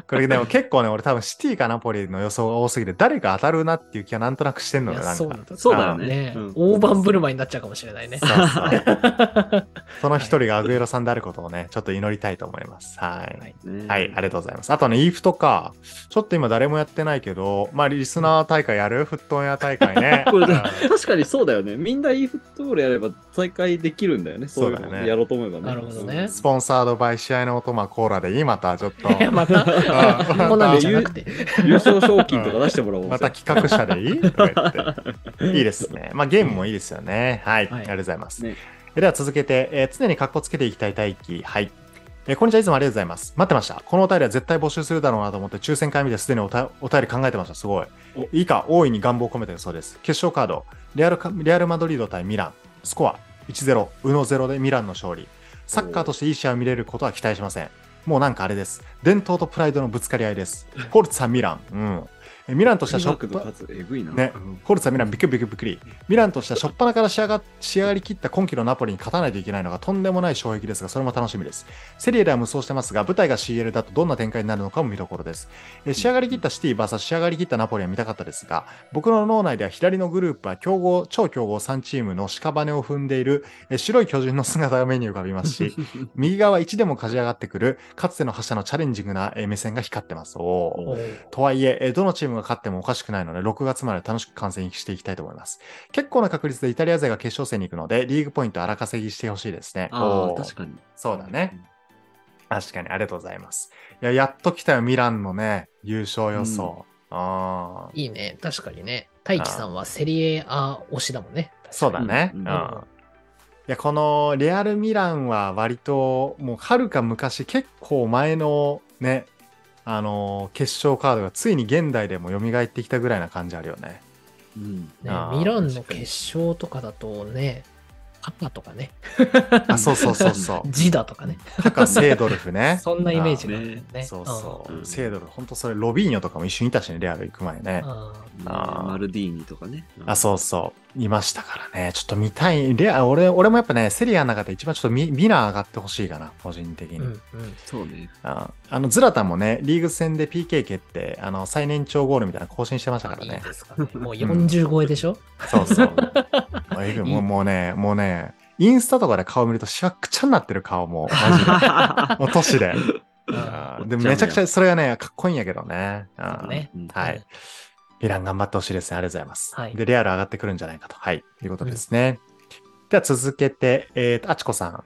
[SPEAKER 1] これでも結構ね、俺多分シティかナポリの予想が多すぎて、誰か当たるなっていう気はなんとなくしてんのよ、
[SPEAKER 2] い
[SPEAKER 1] な
[SPEAKER 2] や
[SPEAKER 1] ん
[SPEAKER 2] そう
[SPEAKER 1] か
[SPEAKER 2] な。んだ
[SPEAKER 3] そうだよね
[SPEAKER 2] ね。
[SPEAKER 3] うん
[SPEAKER 2] 大盤振る舞いになっちゃうかもしれないね。
[SPEAKER 1] そうそうその一人がアグエロさんであることをね、ちょっと祈りたいと思います。はい。
[SPEAKER 2] は
[SPEAKER 1] はいい、
[SPEAKER 3] ね。
[SPEAKER 1] ありがとうございます。あとね、イーフとか、ちょっと今誰もやってないけど、まあ、リスナー大会やるフットオンエア大会 ね
[SPEAKER 3] これ
[SPEAKER 1] うん
[SPEAKER 3] 確かにそうだよね。みんな e フットボールやれば再開できるんだよね。そういう
[SPEAKER 1] そう
[SPEAKER 3] の
[SPEAKER 1] だね
[SPEAKER 3] やろうと思えばね。
[SPEAKER 2] なるほどね
[SPEAKER 1] スポンサードバイ試合の音、まあ、コーラでいい、またちょっと。
[SPEAKER 2] いや、また、
[SPEAKER 1] あ
[SPEAKER 2] こんなのじゃなくて。
[SPEAKER 3] 優勝賞金とか出してもらおう。
[SPEAKER 1] また企画者でいいとか言って。いいですね。まあゲームもいいですよね。はい。
[SPEAKER 2] は
[SPEAKER 1] あり
[SPEAKER 2] い
[SPEAKER 1] がとうございます。
[SPEAKER 3] ね
[SPEAKER 1] では続けて、えー常に格好つけていきたい待機。はい。えーこんにちは。いつもありがとうございます。待ってました。このお便りは絶対募集するだろうなと思って、抽選会見てすでにおたお便り考えてました。すごい。以下、大いに願望を込めてるそうです。決勝カード、レアルカレアルマドリード対ミラン。スコア1-0、ウノ0でミランの勝利。サッカーとしていい試合を見れることは期待しません。もうなんかあれです。伝統とプライドのぶつかり合いです。ホルツァ・ミラン。うんえ。ミランとしては
[SPEAKER 3] シ
[SPEAKER 1] シ
[SPEAKER 3] ョ
[SPEAKER 1] ョ
[SPEAKER 3] ック
[SPEAKER 1] ッ
[SPEAKER 3] の
[SPEAKER 1] プ。
[SPEAKER 3] 数えぐいな。
[SPEAKER 1] ね、ホルツァ・ミラン、びっくりびっくりびっくり。ミランとしては、初っ端から仕上が仕上がりきった今季のナポリに勝たないといけないのがとんでもない障壁ですが、それも楽しみです。セリエでは無双してますが、舞台が CL だとどんな展開になるのかも見どころです。え仕上がりきったシティ VS 仕上がりきったナポリは見たかったですが、僕の脳内では左のグループは強豪、超強豪3チームの屍を踏んでいるえ白い巨人の姿が目に浮かびますし、右側1でもかじ上がってくる、かつての覇者のチャレンジングなえ目線が光ってます。おー
[SPEAKER 2] おう
[SPEAKER 1] とはいえ、えーどのチームが勝ってもおかしくないので、6月まで楽しく観戦していきたいと思います。結構な確率でイタリア勢が決勝戦に行くので、リーグポイント荒稼ぎしてほしいですね。
[SPEAKER 3] あ
[SPEAKER 1] お
[SPEAKER 3] あ、
[SPEAKER 1] ー
[SPEAKER 3] 確かに。
[SPEAKER 1] そうだね。確かに、ありがとうございます。いや、やっと来たよ、ミランのね、優勝予想。ああ、
[SPEAKER 2] いいね。確かにね。大輝さんはセリエ A 推しだもんね。
[SPEAKER 1] そうだね。
[SPEAKER 3] う
[SPEAKER 1] うんん。
[SPEAKER 3] うん
[SPEAKER 1] いや、このレアル・ミランは割と、もう、はるか昔、結構前のね、あのー決勝カードがついに現代でも蘇ってきたぐらいな感じあるよね。
[SPEAKER 3] うん。
[SPEAKER 2] ね
[SPEAKER 1] あー
[SPEAKER 2] ミランの決勝とかだとね、カッパとかね、
[SPEAKER 1] あ、そうそうそうそう。
[SPEAKER 2] ジダとかね、。
[SPEAKER 1] とかセードルフね
[SPEAKER 2] そんなイメージがあるよ
[SPEAKER 1] あ
[SPEAKER 2] ね。
[SPEAKER 1] そうそう。
[SPEAKER 3] うん
[SPEAKER 1] セードルフ、ほんとそれ、ロビーニョとかも一緒にいたしね、レアル行く前ね
[SPEAKER 2] うん。。
[SPEAKER 1] あー
[SPEAKER 2] あ
[SPEAKER 3] マルディーニとかね。
[SPEAKER 1] あ、そうそう。いましたからね。ちょっと見たい。レア、俺、俺もやっぱね、セリアの中で一番ちょっとミミラー上がってほしいかな、個人的
[SPEAKER 2] ー
[SPEAKER 1] に。
[SPEAKER 2] うんうん。
[SPEAKER 3] そうね。
[SPEAKER 1] ああの、ズラタンもね、リーグ戦で PK 蹴って、あの、最年長ゴールみたいなの更新してましたから
[SPEAKER 2] いい
[SPEAKER 1] ね。
[SPEAKER 2] ですかね。もう40超えでしょ
[SPEAKER 1] そう そう。もうえぐいもうもうね、もうね、インスタとかで顔見るとしわくちゃになってる顔も、マジで。もう年 で。あーでもめちゃくちゃそれがね、かっこいいんやけどね。あー
[SPEAKER 2] そうね
[SPEAKER 3] うん
[SPEAKER 1] はい。イラン頑張ってほしいですね。ありがとうございます。
[SPEAKER 2] はい
[SPEAKER 1] で、レアル上がってくるんじゃないかと。はい。いうことですね。では続けて、えーと、あちこさん。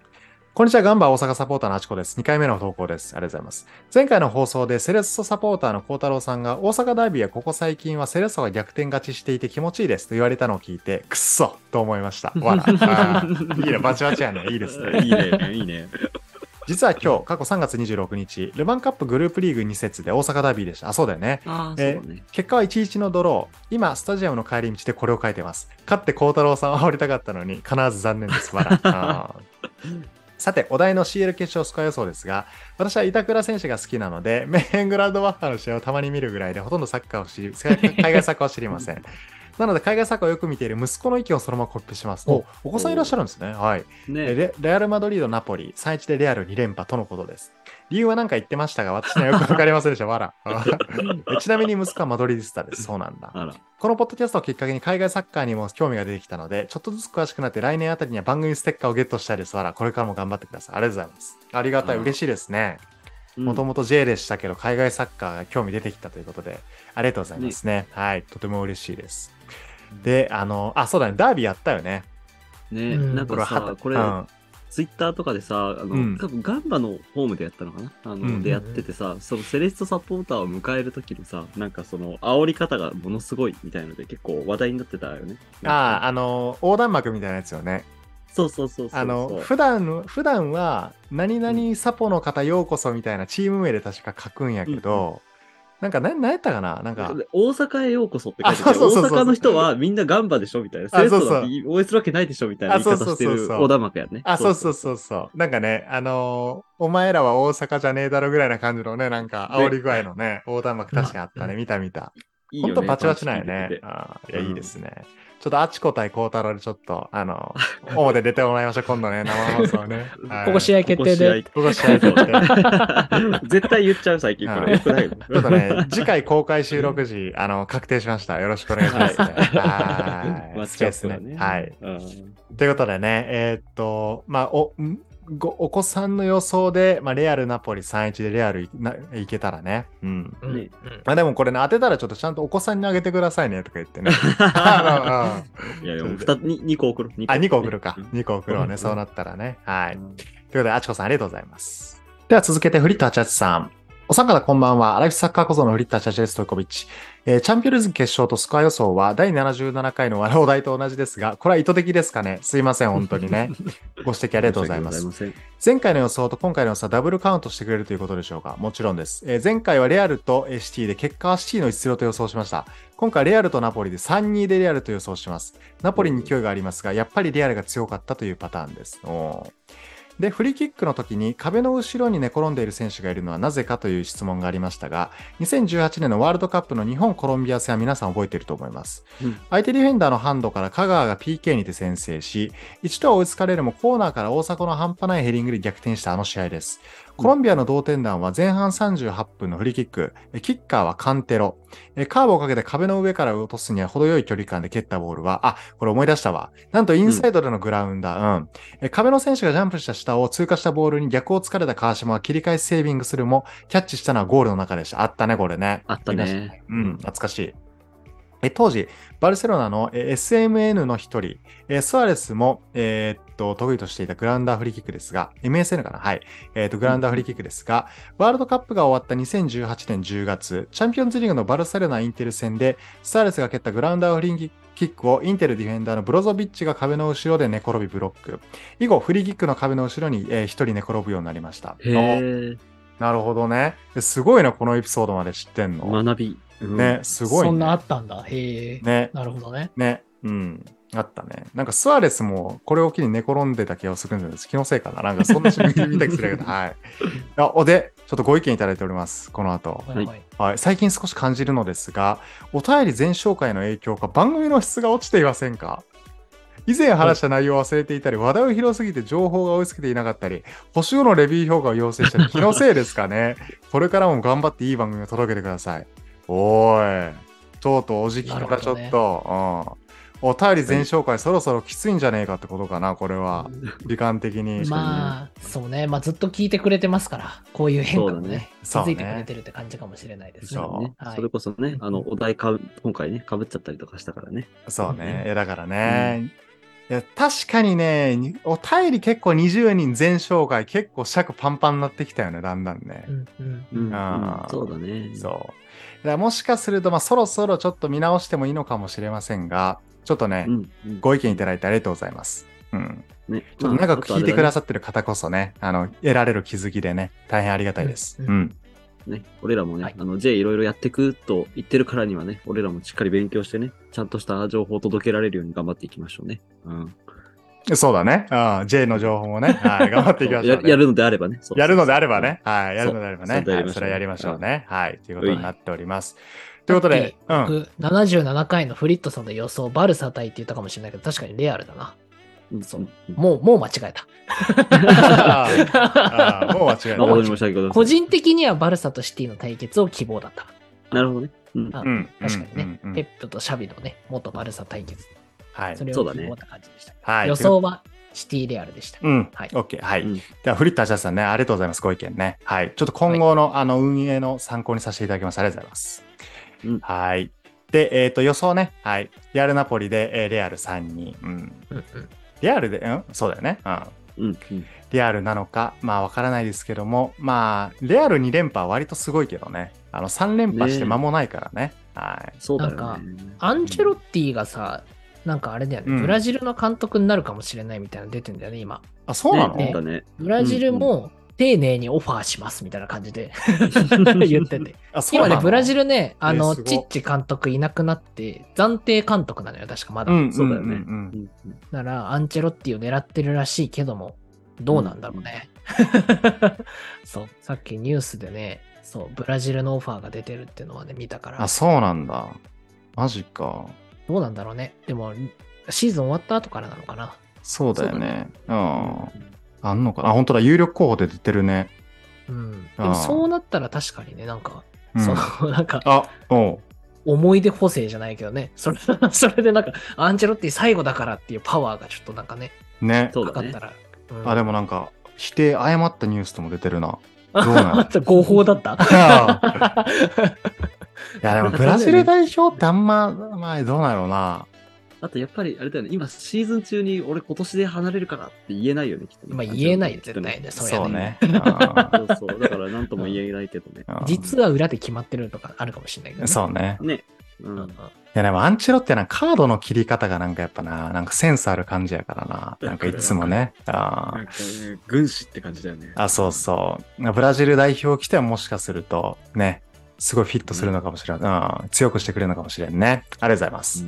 [SPEAKER 1] こんにちは、ガンバ大阪サポーターのあちこです。2回目の投稿です。ありがとうございます。前回の放送でセレッソサポーターの幸太郎さんが大阪ダービーはここ最近はセレッソが逆転勝ちしていて気持ちいいですと言われたのを聞いて、くっそと思いました。わら。あーいいね、バチバチやね。いいですね。
[SPEAKER 3] いいね、いいね。
[SPEAKER 1] 実は今日、過去3月26日、ルヴァンカップグループリーグ2節で大阪ダービーでした。あ、そうだよね。
[SPEAKER 3] ああ、
[SPEAKER 1] え
[SPEAKER 3] そうね。
[SPEAKER 1] 結果は1-1のドロー。今、スタジアムの帰り道でこれを書いてます。勝って孝太郎さんを煽りたかったのに、必ず残念です。笑あーさて、お題の CL 決勝スコア予想ですが、私は板倉選手が好きなので、メーヘングランドバッハの試合をたまに見るぐらいで、ほとんどサッカーを知り、海外サッカーを知りません。なので、海外サッカーをよく見ている息子の意見をそのままコピペします。お
[SPEAKER 2] お
[SPEAKER 1] お子さんいらっしゃるんですね。はい。え
[SPEAKER 3] ね
[SPEAKER 1] レレアル・マドリード・ナポリ、3 1でレアル2連覇とのことです。理由は何か言ってましたが、私にはよくわかりませんでした。わら。 ちなみに息子はマドリーディスタです。そうなんだ。
[SPEAKER 3] あら。
[SPEAKER 1] このポッドキャストをきっかけに海外サッカーにも興味が出てきたので、ちょっとずつ詳しくなって来年あたりには番組ステッカーをゲットしたいです。わら。これからも頑張ってください。ありがとうございます。ありがたい。
[SPEAKER 3] うん
[SPEAKER 1] 嬉しいですね。も
[SPEAKER 3] も
[SPEAKER 1] ともと J でしたけど、海外サッカーが興味出てきたということで、ありがとうございますね。はい。とても嬉しいです。で、あの、あ、そうだね。ダービーやったよね。
[SPEAKER 3] ね、
[SPEAKER 2] うん
[SPEAKER 3] なんかさ、これ、
[SPEAKER 1] うん
[SPEAKER 3] ツイッターとかでさ、あの、
[SPEAKER 1] うん
[SPEAKER 3] 多分ガンバのホームでやったのかなあの、
[SPEAKER 1] うん
[SPEAKER 3] でやっててさ、そのセレッソサポーターを迎える時のさ、なんかその、煽り方がものすごいみたいので、結構話題になってたよね。
[SPEAKER 1] ああ、
[SPEAKER 3] あ、
[SPEAKER 1] あの、横断幕みたいなやつよね。
[SPEAKER 3] そうそうそうそう。
[SPEAKER 1] あの、普段、普段は、何々サポの方ようこそみたいなチーム名で確か書くんやけど、なんか、な、何やったかななんか、
[SPEAKER 3] で大阪へようこそって書いてて、
[SPEAKER 1] あそうそうそうそう
[SPEAKER 3] 大阪の人はみんなガンバでしょみたいな。セ
[SPEAKER 1] あ
[SPEAKER 3] レッ
[SPEAKER 1] そうそう
[SPEAKER 3] ソだって応援するわけないでしょみたいな
[SPEAKER 1] あそ
[SPEAKER 3] 言
[SPEAKER 1] う
[SPEAKER 3] い方
[SPEAKER 1] そうそ
[SPEAKER 3] して
[SPEAKER 1] うそう
[SPEAKER 3] る横断幕やね。
[SPEAKER 1] あ、そうそうそうそう。なんかね、あのーお前らは大阪じゃねえだろぐらいな感じのね、なんか、煽り具合のね、横断幕確かあったね。見た見た。
[SPEAKER 3] いいよ
[SPEAKER 1] ほ
[SPEAKER 3] ね
[SPEAKER 1] んとバチバチなんよ
[SPEAKER 3] パ
[SPEAKER 1] ね
[SPEAKER 3] ンチ効いて。て
[SPEAKER 1] あーいや、
[SPEAKER 3] うん。
[SPEAKER 1] いいですね。ちょっと、あちこ対孝太郎でちょっと、あの、表出てもらいましょう、今度ね、生放送 ねはい
[SPEAKER 2] ここ試合決定で。
[SPEAKER 1] ここ試合決定。
[SPEAKER 3] 絶対言っちゃう、最近こ
[SPEAKER 1] はい
[SPEAKER 3] れ。よ くないよ
[SPEAKER 1] ちょっと ね、次回公開収録時、あの、確定しました。よろしくお願いします、ね。はい。
[SPEAKER 3] マ ッ
[SPEAKER 1] ス
[SPEAKER 3] チ
[SPEAKER 1] ペ
[SPEAKER 3] ア
[SPEAKER 1] ー
[SPEAKER 3] ップ
[SPEAKER 1] ス
[SPEAKER 3] だ
[SPEAKER 1] ね。
[SPEAKER 3] ね。
[SPEAKER 1] はい。
[SPEAKER 3] うん。
[SPEAKER 1] ということでね、えーっと、まあ、お、んごお子さんの予想で、まあ、レアル、ナポリ3-1でレアルいないけたらね。うん。
[SPEAKER 2] うんう
[SPEAKER 3] ね
[SPEAKER 2] ん
[SPEAKER 1] まあ、でもこれね、当てたらちょっとちゃんとお子さんにあげてくださいね、とか言って ね。あのうん
[SPEAKER 3] いやいや、もう二つに二個送ろう。
[SPEAKER 1] あ、2個送る か
[SPEAKER 3] うん。
[SPEAKER 1] 2個送ろう
[SPEAKER 3] う
[SPEAKER 1] ね。
[SPEAKER 3] ん
[SPEAKER 1] そうなったらね。はい。
[SPEAKER 3] うん
[SPEAKER 1] ということで、あちこさんありがとうございます。では続けて、フリッターチャチさん。お三方こんばんは。アラフィフサッカーこそのフリッターチャチです、トイコビッチ。えーチャンピオンズ決勝とスコア予想は第77回の笑お題と同じですが、これは意図的ですかねすいません、本当にね。ご指摘ありがとうございます。
[SPEAKER 3] 申し訳
[SPEAKER 1] 前回の予想と今回の予想はダブルカウントしてくれるということでしょうかもちろんです。えー前回はレアルとえーシティで結果はシティの1 0と予想しました。今回はレアルとナポリで3-2でレアルと予想します。ナポリに勢いがありますが、やっぱりレアルが強かったというパターンです。おーで、フリーキックの時に壁の後ろに寝転んでいる選手がいるのはなぜかという質問がありましたが、2018年のワールドカップの日本コロンビア戦は皆さん覚えていると思います。
[SPEAKER 3] うん
[SPEAKER 1] 相手ディフェンダーのハンドから香川が PK にて先制し、一度は追いつかれるもコーナーから大迫の半端ないヘディングで逆転したあの試合です。コロンビアの同点弾は前半38分のフリーキック、えキッカーはカンテロ、えカーブをかけて壁の上から落とすには程よい距離感で蹴ったボールは、あ、これ思い出したわ。なんとインサイドでのグラウンダー、うん。え壁の選手がジャンプした下を通過したボールに逆を突かれた川島は切り返しセービングするも、キャッチしたのはゴールの中でした。あったね、これね。
[SPEAKER 3] あったね。
[SPEAKER 1] うん、懐かしい。え当時、バルセロナのえ SMN の一人、えスアレスも、えーっと得意としていたグラウンダーフリーキックですが、MSN かなはい。えーっと、グラウンダーフリーキックですが、ワールドカップが終わった2018年10月、チャンピオンズリーグのバルセロナインテル戦で、スアレスが蹴ったグラウンダーフリーキックをインテルディフェンダーのブロゾビッチが壁の後ろで寝転びブロック。以後、フリーキックの壁の後ろに、えー一人寝転ぶようになりました。
[SPEAKER 3] へえ。
[SPEAKER 1] なるほどね。ですごいな、このエピソードまで知ってんの。
[SPEAKER 3] 学び。うん
[SPEAKER 1] ね、。すごい、ね。
[SPEAKER 2] そんなあったんだ。へえ。
[SPEAKER 1] ね、
[SPEAKER 2] なるほどね。
[SPEAKER 1] ね、うん、あったね。なんかスアレスもこれを機に寝転んでた気がするんです気のせいかな。なんかそんな瞬間見た気する けど、はい。あおで、ちょっとご意見いただいております、この後。
[SPEAKER 2] はいはい。
[SPEAKER 1] はい、最近少し感じるのですが、お便り全紹介の影響か番組の質が落ちていませんか以前話した内容を忘れていたり、話題を広すぎて情報が追いつけていなかったり、星5のレビュー評価を要請したり、気のせいですか ね。これからも頑張っていい番組を届けてください。おーい、とうとうおじきからちょっ
[SPEAKER 2] なる
[SPEAKER 1] と、うん、お便り全紹介そろそろきついんじゃねえかってことかな、これは。時間的に。
[SPEAKER 2] まあ、そうね。まあ、ずっと聞いてくれてますから、こういう変化もね、気
[SPEAKER 1] そうだね
[SPEAKER 2] づいてくれてるって感じかもしれないですね。
[SPEAKER 1] そう
[SPEAKER 3] ね
[SPEAKER 2] はい
[SPEAKER 3] それこそね、あの、お題かぶ、今回ね、かぶっちゃったりとかしたからね。
[SPEAKER 1] そうね。いやだからね。いや、確かにね、にお便り結構20人全紹介、結構尺パンパンになってきたよね、だんだんね。
[SPEAKER 2] うんうん
[SPEAKER 3] うん
[SPEAKER 1] あー
[SPEAKER 3] そうだね。
[SPEAKER 1] そう。だからもしかすると、まあ、そろそろちょっと見直してもいいのかもしれませんが、ちょっとね、
[SPEAKER 3] うんうん
[SPEAKER 1] ご意見いただいてありがとうございます。うん。
[SPEAKER 3] ね
[SPEAKER 1] ちょっと長く聞いてくだ
[SPEAKER 3] さ
[SPEAKER 1] さってる方こそね、あの、得られる気づきでね、大変ありがたいです。
[SPEAKER 2] うん
[SPEAKER 1] うん。
[SPEAKER 3] い。ね、俺らもね、
[SPEAKER 2] はい
[SPEAKER 3] あの、J いろいろやってくと言ってるからにはね、俺らもしっかり勉強してね、ちゃんとした情報を届けられるように頑張っていきましょうね。うん。
[SPEAKER 1] そうだね。うん。J の情報もね、はい、頑張っていきましょ
[SPEAKER 3] や
[SPEAKER 1] う、ね。
[SPEAKER 3] やるのであればね。そう
[SPEAKER 1] やるのであればね。はい。やるのであればね。
[SPEAKER 3] そう
[SPEAKER 1] はいそれはやりましょうね。はい。ということになっております。ということで、う
[SPEAKER 2] だっ
[SPEAKER 1] ん
[SPEAKER 2] て。僕77回のフリットさんの予想、バルサ対って言ったかもしれないけど、確かにレアルだな。
[SPEAKER 3] うん
[SPEAKER 2] そ
[SPEAKER 3] そうう。
[SPEAKER 2] もう、もう間違えた。
[SPEAKER 1] あ ああもう間違え
[SPEAKER 3] 誠
[SPEAKER 1] な
[SPEAKER 3] に申し訳ございません。
[SPEAKER 2] 個人的にはバルサとシティの対決を希望だった。
[SPEAKER 3] なるほどね。うん。
[SPEAKER 2] あ
[SPEAKER 1] い。うん。
[SPEAKER 2] 確かにね、
[SPEAKER 1] うんうんうん
[SPEAKER 2] ペップとシャビのね、元バルサ対決。
[SPEAKER 1] はい
[SPEAKER 2] そ。れ
[SPEAKER 3] そ
[SPEAKER 2] を
[SPEAKER 3] うだ
[SPEAKER 2] 希
[SPEAKER 3] ね
[SPEAKER 2] 望った感じでした。
[SPEAKER 1] はい。
[SPEAKER 2] 予想はシティレアルでした。
[SPEAKER 1] うん。
[SPEAKER 2] はい
[SPEAKER 1] オッケー。はい。
[SPEAKER 3] うん
[SPEAKER 1] では、フリッタージャスさんね、ありがとうございます。ご意見ね。はい。ちょっと今後の、あの、運営の参考にさせていただきます。ありがとうございます。
[SPEAKER 3] うん
[SPEAKER 1] はい。で、えっ、と、予想ね。はい。リアルナポリで、えーレアル3人。うん。
[SPEAKER 2] うんうん
[SPEAKER 1] リアルで、うんそうだよね。うん。
[SPEAKER 3] うん。うん
[SPEAKER 1] リアルなのか、まあわからないですけども、まあ、レアル2連覇は割とすごいけどね。あの、3連覇して間もないからね。はい。
[SPEAKER 3] そうだよね。
[SPEAKER 2] アンチェロッティがさ、なんかあれだよね、
[SPEAKER 1] うん
[SPEAKER 2] ブラジルの監督になるかもしれないみたいなの出てんだよね、今。
[SPEAKER 1] あ、そうなの、
[SPEAKER 3] ねそうだね。
[SPEAKER 2] ブラジルも丁寧にオファーしますみたいな 感じで言ってて。
[SPEAKER 1] あ、そう
[SPEAKER 2] 今
[SPEAKER 1] なの
[SPEAKER 2] ね、ブラジルね、あ
[SPEAKER 1] え
[SPEAKER 2] の、
[SPEAKER 1] ーすご
[SPEAKER 2] チッチ監督いなくなって、暫定監督なのよ、確かまだ。
[SPEAKER 1] うん、
[SPEAKER 3] そうだよ
[SPEAKER 1] ね
[SPEAKER 3] ね。
[SPEAKER 1] うん
[SPEAKER 3] うん
[SPEAKER 2] なら、アンチェロッティを狙ってるらしいけども、どうなんだろうね。 そう、さっきニュースでね、そう、ブラジルのオファーが出てるっていうのはね、見たから
[SPEAKER 1] あ、、そうなんだ。マジか。
[SPEAKER 2] どうなんだろうね。でも、シーズン終わった後からなのかな。
[SPEAKER 1] そうだよね。うん。
[SPEAKER 3] うん
[SPEAKER 1] あんのかなあ、本当だ。有力候補で出てるね。
[SPEAKER 2] うん。で
[SPEAKER 1] あー
[SPEAKER 2] も、そうなったら確かにね、なんか、
[SPEAKER 1] うん
[SPEAKER 2] その、 なんか、
[SPEAKER 1] あ、おう。
[SPEAKER 2] 思い出補正じゃないけどね、それ、 それでなんか、アンチェロッティ最後だからっていうパワーがちょっとなんかね、
[SPEAKER 1] ね。
[SPEAKER 3] そう
[SPEAKER 2] かか
[SPEAKER 3] だ
[SPEAKER 2] っ
[SPEAKER 3] ね
[SPEAKER 2] た。ら。うん
[SPEAKER 1] あ、で もなんか、否定、誤ったニュースとも出てるな。どうな の
[SPEAKER 2] 合法だった
[SPEAKER 1] いや、でもブラジル代表ってあんま、まあ、どうなのな。
[SPEAKER 3] あとやっぱり、あれだよね、今シーズン中に俺今年で離れるからって言えないよね、きっとね。
[SPEAKER 2] まあ言えないよ、
[SPEAKER 3] きっと
[SPEAKER 2] 絶対ね。そうや
[SPEAKER 1] そう
[SPEAKER 2] ね。
[SPEAKER 1] ね。うん
[SPEAKER 3] そうそう、だから何とも言えないけど ね。
[SPEAKER 1] うん
[SPEAKER 2] 実は裏で決まってるとかあるかもしれないけど、ね。
[SPEAKER 1] そうね。
[SPEAKER 3] ね。う
[SPEAKER 2] うんうんん。。
[SPEAKER 1] いやでもアンチェロってなんかカードの切り方がなんかやっぱな、なんかセンスある感じやからな。なんかいつもね。あ
[SPEAKER 3] な
[SPEAKER 1] ー
[SPEAKER 3] んかね、軍師って感じだよね。
[SPEAKER 1] あ、そうそう。ブラジル代表来てはもしかするとね、すごいフィットするのかもしれない。うん、強くしてくれるのかもしれんね。ありがとうございます。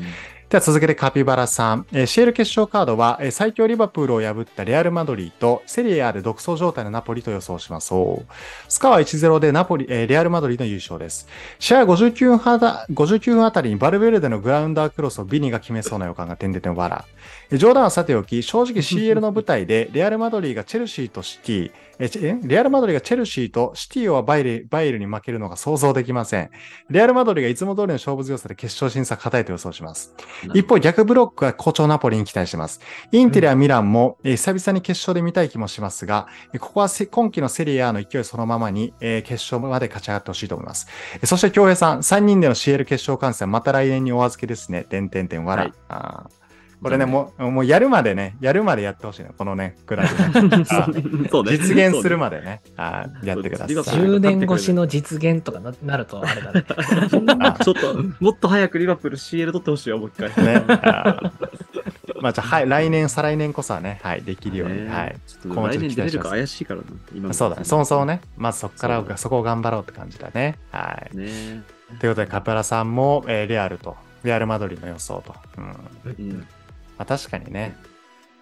[SPEAKER 1] では続けてカピバラさん。えー、CL 決勝カードは、えー最強リバプールを破ったレアル・マドリーとセリエ A で独走状態のナポリと予想します。おースカは1-0でナポリ、えーレアル・マドリーの優勝です。試合は59分はだ59分あたりにバルベルデのグラウンダークロスをビニが決めそうな予感が点で点わら。えー冗談はさておき、正直 CL の舞台でレアル・マドリーがチェルシーとシティ、えーチェえレアル・マドリーがチェルシーとシティをバイレバイエルンに負けるのが想像できません。レアル・マドリーがいつも通りの勝負強さで決勝審査硬いと予想します。
[SPEAKER 3] うん
[SPEAKER 1] 一、方、逆ブロックは好調ナポリに期待してます。インテリア、ミランも、えー久々に決勝で見たい気もしますが、えーここはせ今季のセリアの勢いそのままに、えー決勝まで勝ち上がってほしいと思います。えーそして、京平さん、3人での CL 決勝観戦、また来年にお預けですね。点点点、わら。
[SPEAKER 3] はい
[SPEAKER 1] あーこれね、もう、もうやるまでね、やるまでやってほしいの、このね、ぐらい、あー
[SPEAKER 3] そうね
[SPEAKER 1] 実現するまでね、あーやってくだ
[SPEAKER 3] そう
[SPEAKER 1] さ
[SPEAKER 3] そ
[SPEAKER 1] い。
[SPEAKER 3] う
[SPEAKER 2] 10年越しの実現とかななるとあれだね。
[SPEAKER 1] あ
[SPEAKER 3] ちょっと、もっと早くリバプール CL 取ってほしいよ、もう一回。
[SPEAKER 1] ね、あーまあ、じゃあ、はい、来年、再来年こそはね、はい、できるように、
[SPEAKER 3] ね
[SPEAKER 1] はい。。
[SPEAKER 3] ちょっと来年出れるか怪しいからな、今の
[SPEAKER 1] そうだね。そもそも。ね、まずそこから
[SPEAKER 3] そうだ
[SPEAKER 1] そこを頑張ろうって感じだね。はい。
[SPEAKER 3] ね
[SPEAKER 1] ということで、カプラさんも、えーレアルと、レアルマドリードの予想と。うん。ま
[SPEAKER 3] うん
[SPEAKER 1] あ、確かにね。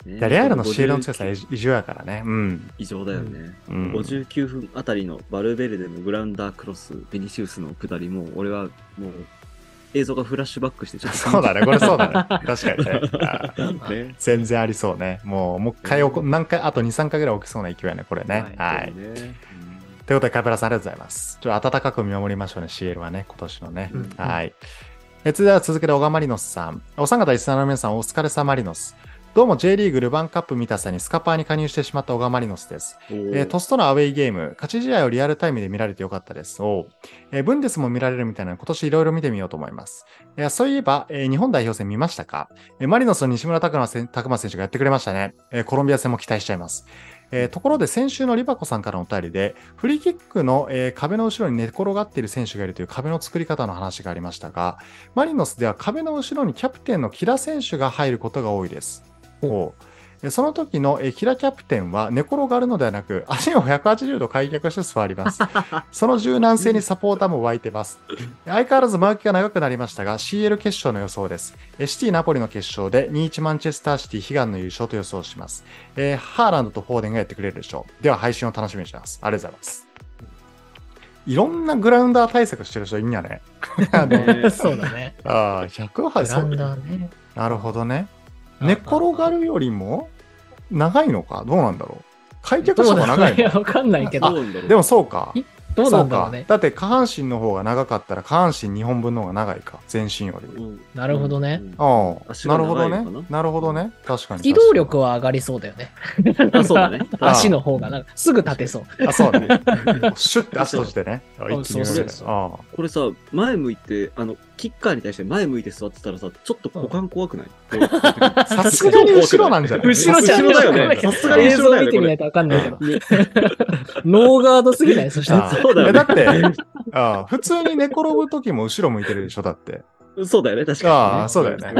[SPEAKER 3] ね
[SPEAKER 1] いやレアルの CL の強さ
[SPEAKER 3] 50
[SPEAKER 1] 異常やからね。 うん。
[SPEAKER 3] 異常だよね。
[SPEAKER 1] うん、
[SPEAKER 3] 59分あたりのバルベルデのグラウンダークロス、ベニシウスの下りも、俺はもう映像がフラッシュバックしてちょっ と。
[SPEAKER 1] そうだね。これそうだね。確かにね。あー
[SPEAKER 3] ね。
[SPEAKER 1] 全然ありそうね。もう、もう一回起こ、何回、あと2、3回ぐらい起きそうな勢いやね、これね。はい。
[SPEAKER 3] そうねうん
[SPEAKER 1] ということで、カペラさんありがとうございます。ちょっと暖かく見守りましょうね、CL はね、今年のね。
[SPEAKER 2] うん
[SPEAKER 1] はい。え、続いては続けて、小川マリノスさん。お三方、リスナーの皆さん、お疲れ様マリノス。どうも J リーグルヴァンカップ見たさにスカパーに加入してしまった小川マリノスです。えートスとのアウェイゲーム、勝ち試合をリアルタイムで見られてよかったです。おうえーブンデスも見られるみたいなので今年いろいろ見てみようと思います。えーそういえば、えー日本代表戦見ましたか、えーマリノスの西村拓磨選拓磨選手がやってくれましたね、えーコロンビア戦も期待しちゃいます。えーところで先週のリバコさんからのお便りで、フリーキックの、えー壁の後ろに寝転がっている選手がいるという壁の作り方の話がありましたが、マリノスでは壁の後ろにキャプテンの木田選手が入ることが多いです。おその時のえーキラキャプテンは寝転がるのではなく足を180度開脚して座ります。その柔軟性にサポーターも湧いてます。相変わらずマーキが長くなりましたが CL 決勝の予想です。えーシティ・ナポリの決勝で2-1マンチェスターシティ悲願の優勝と予想します。えーハーランドとフォーデンがやってくれるでしょう。では配信を楽しみにしてます。ありがとうございます。いろんなグラウンダー対策してる人いんやね。あの
[SPEAKER 3] ね
[SPEAKER 2] そうだね。
[SPEAKER 1] ああ、100
[SPEAKER 2] ブ
[SPEAKER 1] はそ
[SPEAKER 2] ラ
[SPEAKER 1] う
[SPEAKER 2] ンダーね。
[SPEAKER 1] なるほどね。寝転がるよりも長いのかどうなんだろう。開脚
[SPEAKER 2] ど
[SPEAKER 1] した
[SPEAKER 2] う
[SPEAKER 1] 方が長
[SPEAKER 2] だろう
[SPEAKER 1] い
[SPEAKER 2] ね。
[SPEAKER 1] の
[SPEAKER 2] わかんないけ
[SPEAKER 3] ど
[SPEAKER 2] ど。
[SPEAKER 3] うなんだろう
[SPEAKER 1] でもそうか。
[SPEAKER 2] どう
[SPEAKER 1] そ
[SPEAKER 2] な
[SPEAKER 1] うん
[SPEAKER 2] だろう
[SPEAKER 1] か
[SPEAKER 2] ね。。
[SPEAKER 1] だって下半身の方が長かったら下半身2本分の方が長いか。全身より。
[SPEAKER 3] うん
[SPEAKER 2] なるほどね。
[SPEAKER 3] うん
[SPEAKER 1] ああ、
[SPEAKER 3] 足
[SPEAKER 1] な
[SPEAKER 3] が
[SPEAKER 1] るほど
[SPEAKER 3] 長いのかな
[SPEAKER 1] ね。なるほどね。確かに。
[SPEAKER 2] 機動力は上がりそうだよね。。
[SPEAKER 3] あそう だね
[SPEAKER 2] 足の方がなんかすぐ立てそう。
[SPEAKER 1] 確かに。あ、そうだね。シュッて足閉じてね。あ一気に
[SPEAKER 2] そう
[SPEAKER 3] そう
[SPEAKER 1] ね
[SPEAKER 2] そう
[SPEAKER 1] ああ
[SPEAKER 3] これさ、前向いて、あの、キッカーに対して前向いて座ってたらさ、ちょっと股間怖くない、
[SPEAKER 1] さすがに後ろなんじゃない
[SPEAKER 2] 後ろじゃん
[SPEAKER 3] 後ろだよねさすがに
[SPEAKER 2] 映
[SPEAKER 3] 後
[SPEAKER 2] 像
[SPEAKER 3] ろだよね
[SPEAKER 2] 見てみないとわかんないけど。
[SPEAKER 3] ね
[SPEAKER 2] ノーガードすぎないそしたら。
[SPEAKER 1] ああ
[SPEAKER 3] そうだよ
[SPEAKER 1] え
[SPEAKER 3] ね
[SPEAKER 1] だって、ああ普通に寝転ぶ時も後ろ向いてるでしょ、だって。
[SPEAKER 3] そうだよね、確かに、
[SPEAKER 1] ああ、そうだよね。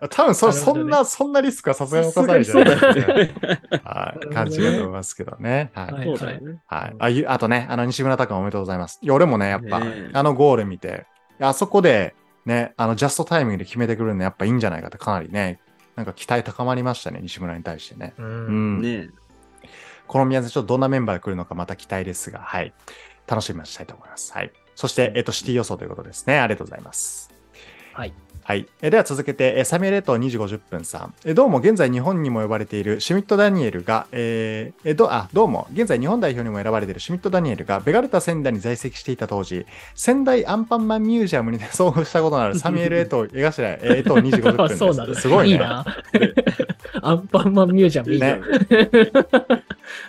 [SPEAKER 1] うん多分そ、
[SPEAKER 2] なるほ
[SPEAKER 1] そ
[SPEAKER 2] どね
[SPEAKER 1] んな、そんなリスクはさすがに犯さ
[SPEAKER 3] さすが
[SPEAKER 1] な
[SPEAKER 3] に
[SPEAKER 1] いじゃ
[SPEAKER 3] そう
[SPEAKER 1] ない
[SPEAKER 3] だ
[SPEAKER 1] です
[SPEAKER 3] よ
[SPEAKER 1] か。
[SPEAKER 3] ね。
[SPEAKER 1] はい、
[SPEAKER 2] な
[SPEAKER 1] 感
[SPEAKER 2] るほ
[SPEAKER 1] じ
[SPEAKER 2] ど
[SPEAKER 1] だ
[SPEAKER 2] ね
[SPEAKER 1] と思いますけどね。はい。
[SPEAKER 2] はい
[SPEAKER 3] そうだよね。
[SPEAKER 1] はい。あゆ、あとね、あの、西村拓也おめでとうございます。いや、俺もね、やっぱ、
[SPEAKER 3] ねえ
[SPEAKER 1] あのゴール見て、あそこで、ね、あの、ジャストタイミングで決めてくるのやっぱいいんじゃないかって、かなりね、なんか期待高まりましたね、西村に対してね。
[SPEAKER 2] う。
[SPEAKER 1] うんん。
[SPEAKER 3] ね
[SPEAKER 1] この宮崎、ちょっとどんなメンバーが来るのか、また期待ですが、はい。楽しみにしたいと思います。はい。そして、えっと、シティ予想ということですね。ありがとうございます。
[SPEAKER 2] はい。
[SPEAKER 1] はい。えーでは続けて、えーサミュエル・エトー2時50分さん。えーどうも現在日本にも呼ばれているシュミット・ダニエルが、えーえーどうあどうも現在日本代表にも選ばれているシュミット・ダニエルがベガルタ仙台に在籍していた当時、仙台アンパンマンミュージアムに、遭遇したことのあるサミュエル・エ トー、江頭、えーエトー2時50分です。
[SPEAKER 2] そうなんだ。
[SPEAKER 1] すごいね。
[SPEAKER 2] いいな。アンパンマンミュージアムいいな
[SPEAKER 1] ね。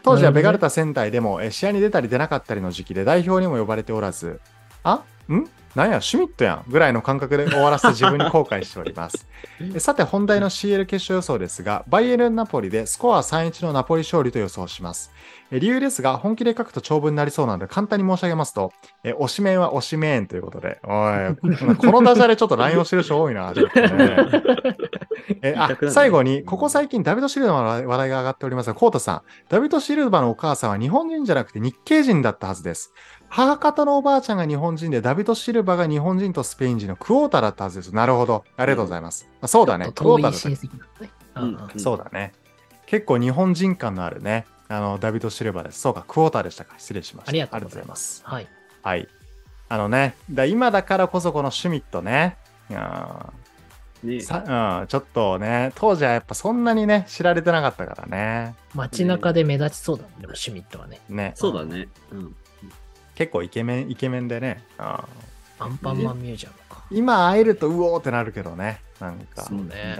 [SPEAKER 1] 当時はベガルタ仙台でも、えー試合に出たり出なかったりの時期で代表にも呼ばれておらず、あんなんや、シュミットやんぐらいの感覚で終わらせて自分に後悔しております。えさて、本題の CL 決勝予想ですが、バイエルン・ナポリでスコア3-1のナポリ勝利と予想します。え理由ですが、本気で書くと長文になりそうなので、簡単に申し上げますと、え推しメンは推しメンということで、 おい、このダジャレちょっと乱用してる人多いな、ちょっとね。え
[SPEAKER 3] 言いた
[SPEAKER 1] あ
[SPEAKER 3] くなるね
[SPEAKER 1] 最後に、ここ最近、ダビド・シルバの話題が上がっておりますが、コータさん、ダビド・シルバのお母さんは日本人じゃなくて日系人だったはずです。母方のおばあちゃんが日本人で、ダビド・シルバが日本人とスペイン人のクォータだったはずです。なるほど。ありがとうございます。あそうだね。クォ
[SPEAKER 2] 遠
[SPEAKER 1] ータ
[SPEAKER 2] い
[SPEAKER 1] だった
[SPEAKER 2] 親。戚なんだね。うんうん
[SPEAKER 3] うん
[SPEAKER 1] そうだね。結構日本人感のあるね、あのダビド・シルバです。そうか、クォータでしたか。失礼しました。
[SPEAKER 2] ありがとうござい
[SPEAKER 1] ありが
[SPEAKER 2] ま
[SPEAKER 1] とうございます
[SPEAKER 2] す。。はい。
[SPEAKER 1] はい。あのね、だ今だからこそこのシュミットね。うん
[SPEAKER 3] ね
[SPEAKER 1] さうん、ちょっとね、当時はやっぱそんなにね、知られてなかったからね。
[SPEAKER 2] 街中で目立ちそうだね。でもシュミットはね。
[SPEAKER 1] ね。
[SPEAKER 3] そうだね。うん。
[SPEAKER 1] 結構イケメン、イケメンでね。うん
[SPEAKER 2] アンパンマンミュージアムか。
[SPEAKER 1] 今会えるとうおーってなるけどね。なんか。
[SPEAKER 3] そう
[SPEAKER 1] うん
[SPEAKER 2] ね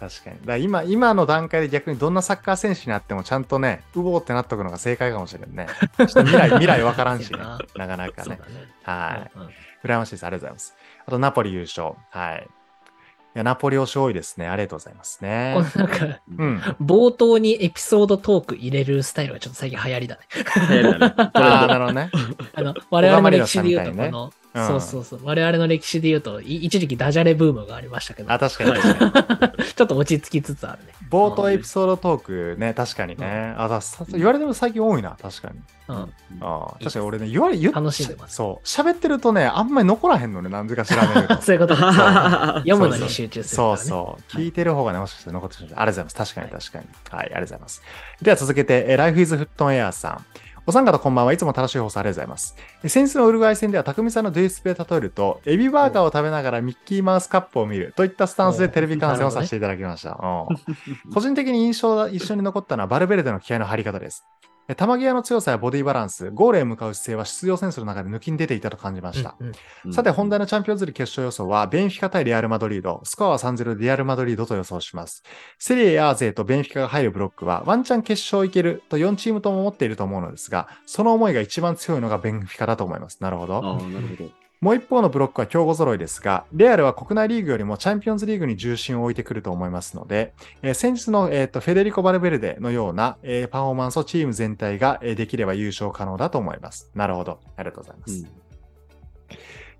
[SPEAKER 1] 確かに。だから今、今の段階で逆にどんなサッカー選手になってもちゃんとね、うおーってなっとくのが正解かもしれんね。ちょっと未 来、未来わからんしね。なかなか
[SPEAKER 2] そう
[SPEAKER 1] ね
[SPEAKER 2] だ。ね。
[SPEAKER 1] はい。
[SPEAKER 2] うんうん
[SPEAKER 1] 羨ましいです。ありがとうございます。あと、ナポリ優勝。はい。いや、ナポリ推し多いですね。ありがとうございますね
[SPEAKER 2] こ。のなんか、
[SPEAKER 1] うん。
[SPEAKER 2] 冒頭にエピソードトーク入れるスタイルがちょっと最近流行りだね。
[SPEAKER 3] 流行りだね。
[SPEAKER 1] あーなるほど ね。
[SPEAKER 2] あ の、我々の歴史で言う
[SPEAKER 1] 小田
[SPEAKER 2] と、こ
[SPEAKER 1] まりた
[SPEAKER 2] の、
[SPEAKER 1] いね
[SPEAKER 2] そううんそうそう、我々の歴史で言うと、い一時期ダジャレブームがありましたけど
[SPEAKER 1] あ、、確かに確かに。
[SPEAKER 2] ちょっと落ち着きつつあるね。
[SPEAKER 1] 冒頭エピソードトークね、確かにね。あ、ださ言われても最近多いな、確かに。
[SPEAKER 2] うん。
[SPEAKER 1] ああ確かに俺ね、言われ、言っ
[SPEAKER 2] 楽しんでます
[SPEAKER 1] そう。喋ってるとね、あんまり残らへんのね、なんでか知らないけど。
[SPEAKER 2] そういうこと ね
[SPEAKER 3] あ
[SPEAKER 2] 読むのに集中するか
[SPEAKER 1] そ
[SPEAKER 2] らね。
[SPEAKER 1] うそう。聞いてる方がね、もしかして残ってしまう。ありがとうございます。確かに確かに。はい、ありがとうございます。では続けて、えー Life is Foot on Air さん。お三方こんばんはいつも楽しい放送ありがとうございます。え先日のウルグアイ戦では匠さんのドゥイスペを例えると、エビバーガーを食べながらミッキーマウスカップを見るといったスタンスでテレビ観戦をさせていただきました。うん個人的に印象が一緒に残ったのはバルベルデの気合の張り方です。え玉際の強さやボディバランス、ゴールへ向かう姿勢は出場選手の中で抜きに出ていたと感じました。
[SPEAKER 2] うんうん
[SPEAKER 3] うん
[SPEAKER 1] さて、本題のチャンピオンズリーグ決勝予想は、ベンフィカ対レアル・マドリード、スコアは3-0でレアル・マドリードと予想します。セリエ A 勢とベンフィカが入るブロックは、ワンチャン決勝いけると4チームとも思っていると思うのですが、その思いが一番強いのがベンフィカだと思います。なるほど。
[SPEAKER 3] ああ、なるほど。
[SPEAKER 1] もう一方のブロックは強豪揃いですが、レアルは国内リーグよりもチャンピオンズリーグに重心を置いてくると思いますので、えー先日の、えーとフェデリコ・バルベルデのような、えーパフォーマンスをチーム全体が、えーできれば優勝可能だと思います。なるほど。ありがとうございます。
[SPEAKER 3] うん
[SPEAKER 1] い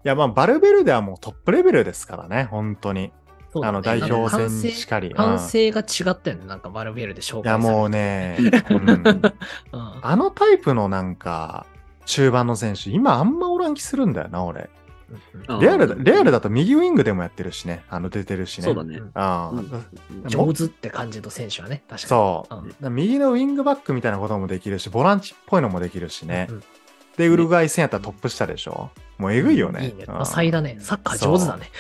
[SPEAKER 1] や、まあ、バルベルデはもうトップレベルですからね、本当に。
[SPEAKER 2] そうだ
[SPEAKER 1] あ
[SPEAKER 2] ね
[SPEAKER 1] の、代表
[SPEAKER 2] なんか
[SPEAKER 1] 戦
[SPEAKER 2] 完成
[SPEAKER 1] しかり。うん
[SPEAKER 2] 完成が違ったよね、なんかバルベルで紹介
[SPEAKER 1] いや、
[SPEAKER 2] され
[SPEAKER 1] もうね、うん
[SPEAKER 2] うん
[SPEAKER 1] あのタイプのなんか、中盤の選手、今あんまおらん気するんだよな、俺。
[SPEAKER 2] うん
[SPEAKER 3] あー
[SPEAKER 1] レアルだ、レアルだと右ウィングでもやってるしね、あの出てるしね。
[SPEAKER 3] そうだね。
[SPEAKER 1] あ
[SPEAKER 3] う
[SPEAKER 1] あ
[SPEAKER 3] ん
[SPEAKER 1] でも
[SPEAKER 2] 上手って感じの選手はね、確かに。
[SPEAKER 1] そう。
[SPEAKER 2] うん
[SPEAKER 1] だから右のウィングバックみたいなこともできるし、ボランチっぽいのもできるしね
[SPEAKER 2] う。ん
[SPEAKER 1] で、ウルグアイ戦やったらトップ下でしょ。もうえぐいよね。
[SPEAKER 2] いいね。
[SPEAKER 1] うん
[SPEAKER 2] 多彩だね。サッカー上手だね。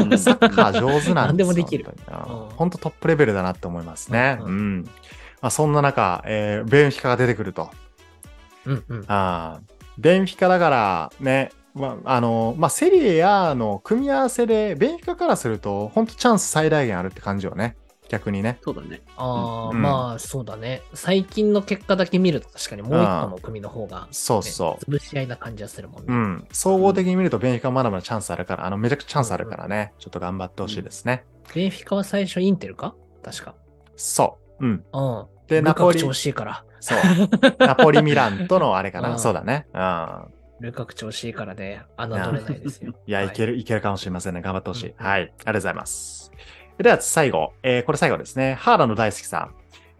[SPEAKER 1] うんサッカー上手なん
[SPEAKER 2] 何
[SPEAKER 1] で
[SPEAKER 2] ですも
[SPEAKER 1] よ
[SPEAKER 2] できる。うん
[SPEAKER 1] 本当トップレベルだなって思いますね。う
[SPEAKER 2] うん
[SPEAKER 1] ん。まあ、そんな中、えーベンフィカが出てくると。
[SPEAKER 2] うんうん。
[SPEAKER 1] あーベンフィカだからね、まああのまあ、セリエ A の組み合わせで、ベンフィカからすると、本当チャンス最大限あるって感じよね。逆にね。
[SPEAKER 3] そうだね。
[SPEAKER 2] ああ、
[SPEAKER 1] うん
[SPEAKER 2] まあそうだね。最近の結果だけ見ると確かにもう一個の組の方が、ね、
[SPEAKER 1] そうそう。
[SPEAKER 2] 潰し合いな感じがするもん
[SPEAKER 1] う
[SPEAKER 2] ね。
[SPEAKER 1] ん、総合的に見ると、ベンフィカはまだまだチャンスあるから、あのめちゃくちゃチャンスあるからね、ちょっと頑張ってほしいですね。
[SPEAKER 2] ベンフィカは最初インテルか確か。
[SPEAKER 1] そう。うん。
[SPEAKER 2] うん。
[SPEAKER 1] で、ナ
[SPEAKER 2] ルカ
[SPEAKER 1] ポ
[SPEAKER 2] ク
[SPEAKER 1] リ、
[SPEAKER 2] 調子いいから。
[SPEAKER 1] そう。ナポリ・ミランとのあれか
[SPEAKER 2] う
[SPEAKER 1] な、
[SPEAKER 2] ん
[SPEAKER 1] そうだね。うん。
[SPEAKER 2] ルカク調子いいからね、侮れない ですよ。
[SPEAKER 1] いや、いけ
[SPEAKER 2] る。
[SPEAKER 1] る、いけるかもしれませんね。頑張ってほしい。
[SPEAKER 2] うん
[SPEAKER 1] はい。ありがとうございます。では、最後。えーこれ最後ですね。ハーランド大好きさん。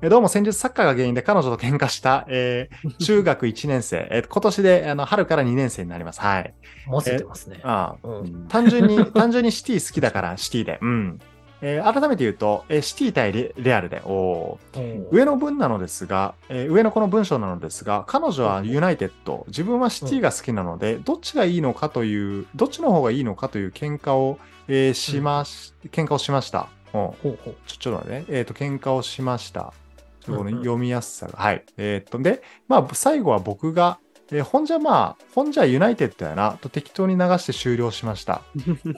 [SPEAKER 1] えーどうも先日サッカーが原因で彼女と喧嘩した、え ー中学1年生、えー今年であの春から2年生になります。はい。
[SPEAKER 2] もせてますね。
[SPEAKER 1] あー
[SPEAKER 2] うん。
[SPEAKER 1] 単純 に、単純にシティ好きだからシティで。うん。えー改めて言うと、えーシティ対レレアルで。おー
[SPEAKER 2] うん
[SPEAKER 1] 上の文なのですが、えー上のこの文章なのですが、彼女はユナイテッド、自分はシティが好きなので、どっちがいいのかという、どっちの方がいいのかという喧嘩を、えーしまし、喧嘩をしました。うん
[SPEAKER 2] ほうほう。
[SPEAKER 1] ちょ、ちょっと待ってね。えっ、と、喧嘩をしました。ちょっとこ
[SPEAKER 2] うんう
[SPEAKER 1] の
[SPEAKER 2] ん
[SPEAKER 1] 読みやすさが。はい。えっ、と、で、まあ、最後は僕が、えーほんじゃまあ、ほんじゃユナイテッドやな、と適当に流して終了しま した。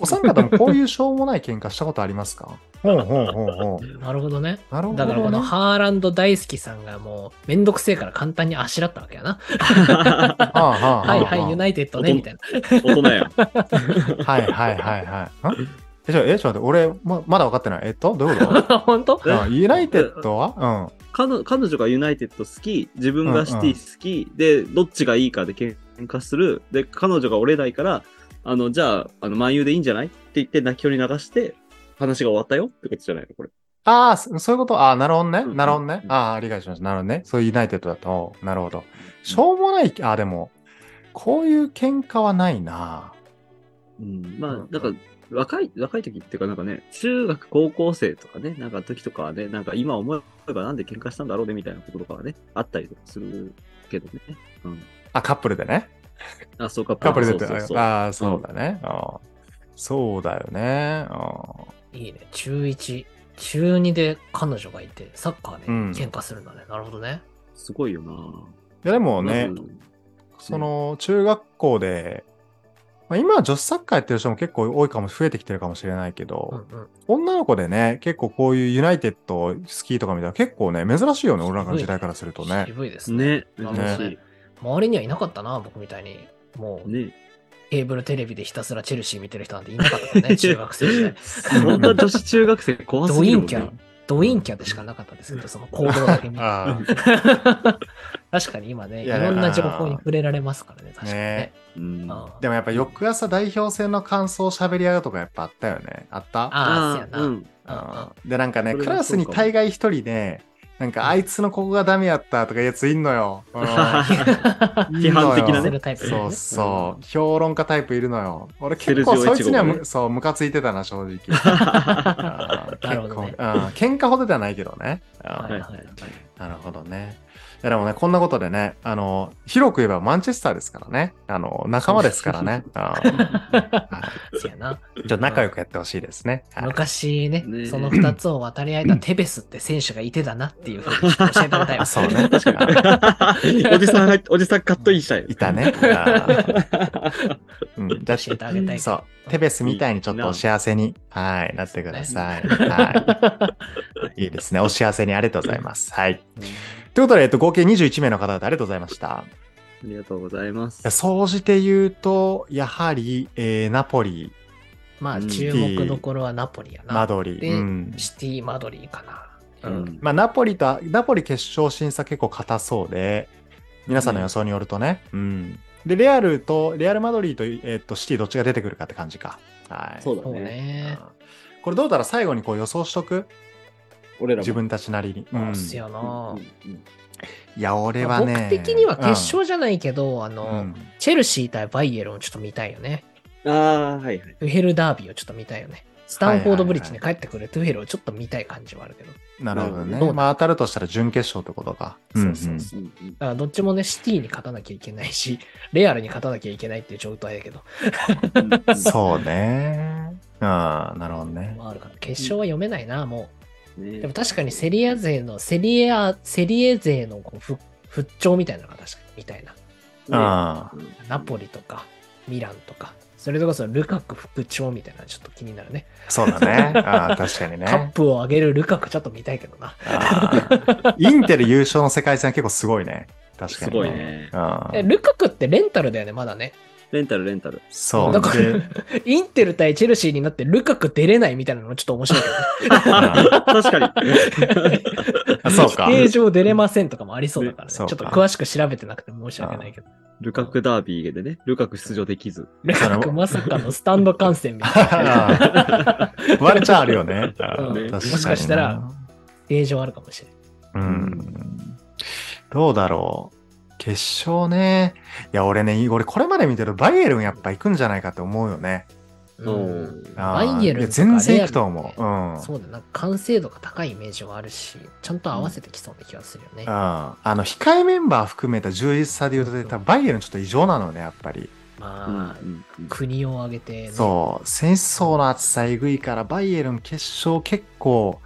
[SPEAKER 1] お三方もこういうしょうもない喧嘩したことありますかほうほうほうほう。
[SPEAKER 2] なるほどね。
[SPEAKER 1] なるほど、ね。
[SPEAKER 2] だからこのハーランド大好きさんがもうめんどくせえから簡単にあしらったわけやな。
[SPEAKER 1] ああああああ
[SPEAKER 2] はいはい、ユナイテッドね、みたいな。
[SPEAKER 3] 大人やん。
[SPEAKER 1] はいはいはいはい。ん え、ちょ、え、ちょっと待って、俺、ままだ分かってない。えっと、どういう こと
[SPEAKER 2] 本当
[SPEAKER 1] あユナイテッドは
[SPEAKER 3] 彼彼女がユナイテッド好き、自分がシティ好き、で、どっちがいいかで喧嘩する。で、彼女が折れないから、あの、じゃあ、あの、万有でいいんじゃないって言って泣き寄り流して、話が終わったよってことじゃないのこれ。
[SPEAKER 1] うん。ああ、そそういうことああ、なるほどね。
[SPEAKER 3] うん
[SPEAKER 1] なるほどね
[SPEAKER 3] う。ん
[SPEAKER 1] ああ、理解しました。なるほどね。そういうユナイテッドだと。なるほど。しょうもない、ああ、でも、こういう喧嘩はないな。
[SPEAKER 3] うん、まあ、だから、若い、若い時っていうか、なんかね、中学、高校生とかね、なんか時とかはね、なんか今思えばなんで喧嘩したんだろうねみたいなこととかはね、あったりとかするけどね。うん。
[SPEAKER 1] あ、カップルでね。
[SPEAKER 3] あ、そうか、
[SPEAKER 1] カップルでっ
[SPEAKER 3] そう
[SPEAKER 1] て。
[SPEAKER 3] そうそう。
[SPEAKER 1] ああ、そうだね。ああそうだよね。ああ
[SPEAKER 2] いいね。中1、中2で彼女がいて、サッカーで
[SPEAKER 1] うん
[SPEAKER 2] 喧嘩するんだね。なるほどね。
[SPEAKER 3] すごいよない
[SPEAKER 1] や、でもね、
[SPEAKER 3] まず
[SPEAKER 1] その中学校で、まあ、今は女子サッカーやってる人も結構多いかも、増えてきてるかもしれないけど、
[SPEAKER 2] うんうん。
[SPEAKER 1] 女の子でね、結構こういうユナイテッド好きとかみたいな、結構ね、珍しいよね、俺らの時代からするとね。
[SPEAKER 2] 渋いですね。
[SPEAKER 3] ね、
[SPEAKER 1] る
[SPEAKER 2] な
[SPEAKER 1] ほどね
[SPEAKER 3] 珍し
[SPEAKER 2] 周りにはいなかったな、僕みたいに。も、
[SPEAKER 3] いうね。
[SPEAKER 2] ケーブルテレビでひたすらチェルシー見てる人なんていなかったから ね、中学生時代。
[SPEAKER 3] そんな女子中学生怖す
[SPEAKER 2] ド
[SPEAKER 3] ぎ
[SPEAKER 2] イ
[SPEAKER 3] る
[SPEAKER 2] ン
[SPEAKER 3] もん
[SPEAKER 2] キャ
[SPEAKER 3] ね。、
[SPEAKER 2] ドインキャでしかなかったですけど、その行動だけ見て。
[SPEAKER 1] ああ
[SPEAKER 2] 確かに今ね、
[SPEAKER 1] い
[SPEAKER 2] い
[SPEAKER 1] や
[SPEAKER 2] ろんな情報に触れられますからね、確かにね。
[SPEAKER 3] うん
[SPEAKER 2] うん
[SPEAKER 1] でもやっぱ翌朝代表戦の感想を喋り合うとかやっぱあったよね。あった
[SPEAKER 2] ああ、そうやな。
[SPEAKER 3] う
[SPEAKER 2] うん
[SPEAKER 3] ん。
[SPEAKER 2] うん
[SPEAKER 1] うんで、なんかね、
[SPEAKER 3] それは
[SPEAKER 1] クラスに
[SPEAKER 3] そうかも
[SPEAKER 1] 大概一人で、なんかあいつのここがダメやったとかやついんのよ。 うんいんのよ
[SPEAKER 3] 批判的なね
[SPEAKER 2] するタイプだ
[SPEAKER 1] そ
[SPEAKER 2] よ
[SPEAKER 1] う
[SPEAKER 2] ね
[SPEAKER 1] そう。評論家タイプいるのよ。俺結
[SPEAKER 3] セルジ
[SPEAKER 1] 構
[SPEAKER 3] オ
[SPEAKER 1] そいつには
[SPEAKER 3] 越後
[SPEAKER 1] む、
[SPEAKER 3] ね
[SPEAKER 1] そう、ムカついてたな、 正直。うん
[SPEAKER 2] なる
[SPEAKER 1] 結
[SPEAKER 2] ほどね
[SPEAKER 1] 構うん喧嘩ほどではないけどね。うん
[SPEAKER 2] はいはいはい
[SPEAKER 1] なるほどね。いやでもね、こんなことでね、あの、広く言えばマンチェスターですからね。あの、仲間ですからね。うんはい
[SPEAKER 2] そうやな。
[SPEAKER 1] ちょっと仲良くやってほしいですね。はい
[SPEAKER 2] 昔ね、
[SPEAKER 3] ねえ
[SPEAKER 2] その2つを渡り合えたテベスって選手がいてだなっていうふうに教えてもらいま
[SPEAKER 1] あ、
[SPEAKER 2] す。
[SPEAKER 1] そうね。確かに。
[SPEAKER 3] おじさん入っ、おじさんカットインしたよ。
[SPEAKER 1] いた ね。あーうん、じゃ
[SPEAKER 2] 教えてあげたい。
[SPEAKER 1] そう。テベスみたいにちょっとお幸せに、はい、なってください。はい。いいですね。お幸せにありがとうございます。はい。ということで、えっと、合計21名の方々ありがとうございました。
[SPEAKER 3] ありがとうございます。
[SPEAKER 1] 総じて言うと、やはり、えーナポリ、
[SPEAKER 2] まあ、注目どころはナポリやな。
[SPEAKER 1] マドリ
[SPEAKER 2] で
[SPEAKER 1] ー。うん。
[SPEAKER 2] シティ・マドリーかな。
[SPEAKER 3] うん
[SPEAKER 1] まあ、ナポリと、ナポリ決勝審査結構硬そうで、皆さんの予想によるとね。うん。で、レアルと、レアルマドリーと、えっと、シティどっちが出てくるかって感じか。はい。
[SPEAKER 3] そうだ
[SPEAKER 2] そう
[SPEAKER 3] ね。
[SPEAKER 2] ね。
[SPEAKER 1] これどうだろう最後にこう予想しとく
[SPEAKER 3] 俺らも
[SPEAKER 1] 自分たちなりに。うん
[SPEAKER 2] そうっすよな。
[SPEAKER 3] うんうん
[SPEAKER 1] いや、俺はね。
[SPEAKER 2] 僕的には決勝じゃないけど、あ
[SPEAKER 1] う
[SPEAKER 2] の、
[SPEAKER 1] ん
[SPEAKER 2] チェルシー対バイエルンをちょっと見たいよね。
[SPEAKER 3] うんああ、はいはい。
[SPEAKER 2] トゥヘルダービーをちょっと見たいよね。スタンフォードブリッジに帰ってくるトゥヘルをちょっと見たい感じはあるけど。
[SPEAKER 1] なるほど
[SPEAKER 3] なる
[SPEAKER 2] ほ
[SPEAKER 1] ね。
[SPEAKER 2] ど
[SPEAKER 1] まあ当たるとしたら準決勝ってことか。
[SPEAKER 2] そうそうそうん
[SPEAKER 1] ん
[SPEAKER 3] うんうん
[SPEAKER 2] だからどっちもね、シティに勝たなきゃいけないし、レアルに勝たなきゃいけないっていう状態だけど、
[SPEAKER 3] うん
[SPEAKER 1] そうね。ああ、なるほどね。
[SPEAKER 2] まああるから決勝は読めないな、も
[SPEAKER 3] ね
[SPEAKER 2] う。でも確かにセリア勢の、セリエア、セリエ勢のこう復復調みたいなのが確かに、みたいな。
[SPEAKER 1] うん。あ
[SPEAKER 3] ね
[SPEAKER 2] ナポリとか、ミランとか、それとこそルカク復調みたいなのちょっと気になるね。
[SPEAKER 1] あそうだね。ああ、確かに
[SPEAKER 2] カッ
[SPEAKER 1] ね。
[SPEAKER 2] プを上げるルカクちょっと見たいけどな。
[SPEAKER 1] ああ インテル優勝の世界戦は結構すごいね。確か
[SPEAKER 3] す
[SPEAKER 1] に。
[SPEAKER 3] ごい。ね。
[SPEAKER 1] ああ
[SPEAKER 2] え、ルカクってレンタルだよね、まだね。
[SPEAKER 3] レンタル、レンタル。
[SPEAKER 1] そう。
[SPEAKER 2] だから
[SPEAKER 1] で、
[SPEAKER 2] インテル対チェルシーになってルカク出れないみたいなのもちょっと面白いけどね。
[SPEAKER 3] 確かに。
[SPEAKER 1] あそうか
[SPEAKER 2] 否。定上出れませんとかもありそうだからね。ち
[SPEAKER 1] そ
[SPEAKER 2] ょ
[SPEAKER 1] うか
[SPEAKER 2] っと詳しく調べてなくて申し訳ないけど。
[SPEAKER 3] ルカクダービーでね、ルカク出場できず。
[SPEAKER 2] ルカクまさかのスタンド観戦みたいな。
[SPEAKER 1] ああワンチャンあるよね。ああ
[SPEAKER 2] うん
[SPEAKER 1] 確にな
[SPEAKER 3] も
[SPEAKER 2] しかしたら否定上あるかもしれな
[SPEAKER 1] う
[SPEAKER 2] い。
[SPEAKER 1] んどうだろう。決勝ね。いや、俺ね、俺これまで見てるバイエルンやっぱ行くんじゃないかと思うよね。
[SPEAKER 2] うん
[SPEAKER 1] あー
[SPEAKER 2] バイエル
[SPEAKER 1] い
[SPEAKER 2] ン
[SPEAKER 1] や
[SPEAKER 2] とか
[SPEAKER 1] 全然行くと思う。
[SPEAKER 2] レ
[SPEAKER 1] うん。
[SPEAKER 2] そうだな、完成度が高いイメージはあるし、ちゃんと合わせてきそうな気がするよね
[SPEAKER 1] うん。。あの、控えメンバー含めた充実さで言うとね、多分バイエルンちょっと異常なのね、やっぱり。
[SPEAKER 2] まあ、
[SPEAKER 3] うんうん
[SPEAKER 2] 国を挙げてね、
[SPEAKER 1] そう。戦争の厚さえぐいから、バイエルン決勝結構、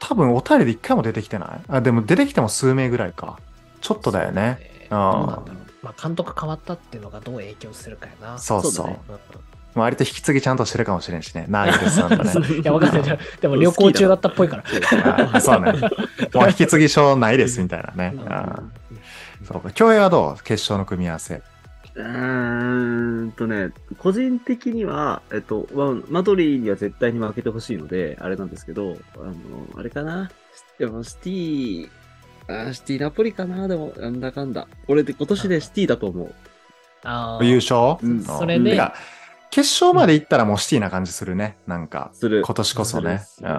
[SPEAKER 1] 多分お便りで一回も出てきてないあ、でも出てきても数名ぐらいか。ちょっとだよね。
[SPEAKER 2] そうだねどうなんだろう。まあ、監督変わったっていうのがどう影響するかやな。
[SPEAKER 1] そう
[SPEAKER 3] そ
[SPEAKER 1] そうう。
[SPEAKER 3] だね
[SPEAKER 2] うん
[SPEAKER 1] 割と引き継ぎちゃんとしてるかもしれんしね。ナーギルさんと ね。
[SPEAKER 2] いや、わかんないじゃん。でも旅行中だったっぽいから。
[SPEAKER 1] あそうね。もう引き継ぎ証ないですみたいなね。
[SPEAKER 2] うん
[SPEAKER 1] あそうか。競泳はどう決勝の組み合わせ。
[SPEAKER 3] うーんとね、個人的には、えっと、まマドリーには絶対に負けてほしいので、あれなんですけど、あの、あれかな。でも、シティ、あーシティナポリかな、でも、なんだかんだ。俺で今年でシティだと思う。
[SPEAKER 2] あー
[SPEAKER 1] 優勝
[SPEAKER 3] うん
[SPEAKER 2] それで
[SPEAKER 1] てか決勝まで行ったらもうシティな感じするね。なんか、
[SPEAKER 3] する。
[SPEAKER 1] 今年こそね。
[SPEAKER 3] す
[SPEAKER 1] う
[SPEAKER 3] るうん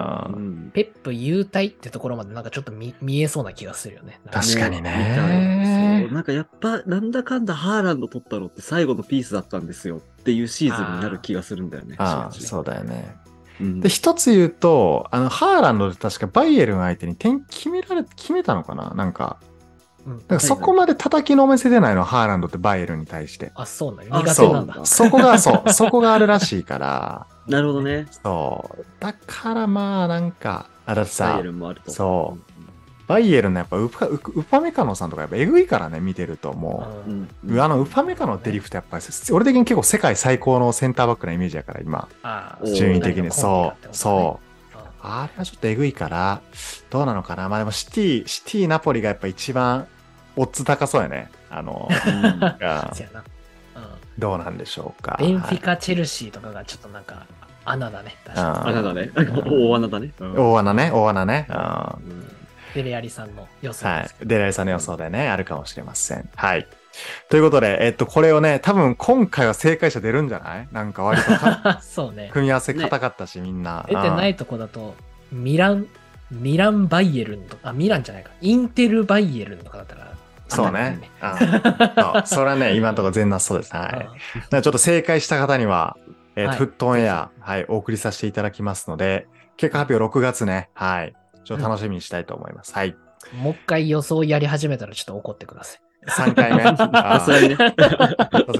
[SPEAKER 3] ん。
[SPEAKER 2] ペップ優待ってところまでなんかちょっと見見えそうな気がするよね。
[SPEAKER 1] 確かに
[SPEAKER 3] ね
[SPEAKER 1] ね
[SPEAKER 3] そう。。なんかやっぱ、なんだかんだハーランド取ったのって最後のピースだったんですよっていうシーズンになる気がするんだよね。
[SPEAKER 1] ああ、
[SPEAKER 3] 正直
[SPEAKER 1] そうだよね。
[SPEAKER 3] うん
[SPEAKER 1] で、一つ言うと、あの、ハーランドで確かバイエルン相手に点決められ、決めたのかななんか、
[SPEAKER 2] うん
[SPEAKER 1] なんかそこまで叩きのめせてないの、ハーランドってバイエルンに対して。
[SPEAKER 2] あ、そうなんや
[SPEAKER 3] あ
[SPEAKER 2] 苦
[SPEAKER 1] そ
[SPEAKER 2] 手
[SPEAKER 1] う
[SPEAKER 2] なんだ。
[SPEAKER 1] そこが、そう、そこがあるらしいから、
[SPEAKER 3] なるほどね。
[SPEAKER 1] そう。だからまあなんか、あだって
[SPEAKER 3] サイ
[SPEAKER 1] さ
[SPEAKER 3] エ、ルンもあると。
[SPEAKER 1] そうバイエルンのやっぱウパウウパメカノさんとかやっぱえぐいからね、見てるとも
[SPEAKER 2] う
[SPEAKER 3] うんん。
[SPEAKER 1] う。あのウパメカノってリフトやっぱり、俺的に結構世界最高のセンターバックなイメージやから、今、
[SPEAKER 2] あ
[SPEAKER 3] お
[SPEAKER 2] ー
[SPEAKER 1] 順位的に。
[SPEAKER 2] 二人のコン
[SPEAKER 1] そう、
[SPEAKER 2] ビだってことね
[SPEAKER 1] そう。
[SPEAKER 2] あ
[SPEAKER 1] あれはちょっとえぐいから、どうなのかな。まあでもシティ、シティ、ナポリがやっぱ一番オッズ高そうやね。あ の、
[SPEAKER 3] うん
[SPEAKER 1] が
[SPEAKER 2] ーそうやなうん
[SPEAKER 1] どうなんでしょうか。
[SPEAKER 2] ベンフ
[SPEAKER 1] はい
[SPEAKER 2] ィカ、チェルシーとかがちょっとなんか穴だね。確か
[SPEAKER 1] あー
[SPEAKER 3] 穴だね。大穴だね。
[SPEAKER 1] 大穴ね、大穴ね。うん
[SPEAKER 3] うん
[SPEAKER 2] に。デレアリさんの予想
[SPEAKER 1] は
[SPEAKER 2] で
[SPEAKER 1] い
[SPEAKER 2] す。
[SPEAKER 1] デライさんの予想でね、あるかもしれません。はい。ということで、えっと、これをね、多分今回は正解者出るんじゃないなんか割と か
[SPEAKER 2] そうね。
[SPEAKER 1] 組み合わせ硬かったし、みんな。
[SPEAKER 2] 出てな
[SPEAKER 1] うん
[SPEAKER 2] いとこだと、ミラン、ミラン・バイエルンとか、あ、ミランじゃないか。インテル・バイエルンとかだったら、
[SPEAKER 1] そうね。うんそうそれはね、今のところ全なそうです。はい。
[SPEAKER 2] あ
[SPEAKER 1] だ
[SPEAKER 2] ん
[SPEAKER 1] か
[SPEAKER 2] なね。
[SPEAKER 1] らちょっと正解した方には、えっと、
[SPEAKER 2] はい
[SPEAKER 1] フットオンエア、はい、お送りさせていただきますので、結果発表6月ね、はい。ちょっと楽しみにしたいと思います。はい。
[SPEAKER 2] もう一回予想やり始めたらちょっと怒ってください。
[SPEAKER 1] 3回目。 あ
[SPEAKER 3] さすがに
[SPEAKER 1] ー
[SPEAKER 3] ね。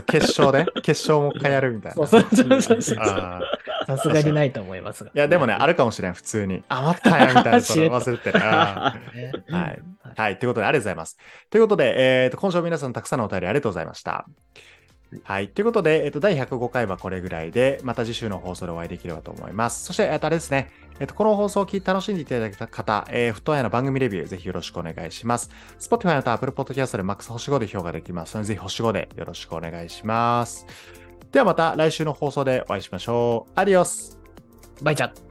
[SPEAKER 1] 決勝で、決勝もう一回やるみたい な。あー
[SPEAKER 2] さすがにないと思いますが。
[SPEAKER 1] いや、でもね、あるかもしれん、普通に。あ、待ったや、 みたいな、そ
[SPEAKER 2] 知れ
[SPEAKER 1] れ
[SPEAKER 2] た
[SPEAKER 1] 忘れてる。あ
[SPEAKER 2] ね。
[SPEAKER 1] ーはい。はい。ということで、ありがとうございます。ということで、えー、と今週も皆さんたくさんのお便りありがとうございました。はい。ということで、えっ、と、第105回はこれぐらいで、また次週の放送でお会いできればと思います。そして、えっ、と、あれですね、えっ、と、この放送を聞いて楽しんでいただけた方、えー、フットワイヤーの番組レビュー、ぜひよろしくお願いします。Spotify また Apple Podcast で MAX 星5で評価できますので、ぜひ星5でよろしくお願いします。ではまた来週の放送でお会いしましょう。アディオス
[SPEAKER 2] バイちゃん。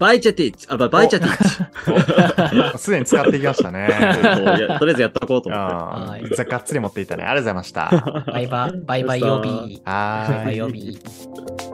[SPEAKER 3] バイチャティッチ、あ、ばバイチャティッチ。
[SPEAKER 1] すでに使っていきました ね。
[SPEAKER 3] そういやとりあえずやっとこうと思って。
[SPEAKER 1] あ
[SPEAKER 2] はい
[SPEAKER 1] ーざが っつり持っていったね。ありがとうございました。
[SPEAKER 2] バイバイ、バイバイ予
[SPEAKER 1] は
[SPEAKER 2] 備。バイバ
[SPEAKER 1] ー
[SPEAKER 2] イ
[SPEAKER 1] い。
[SPEAKER 2] 予備。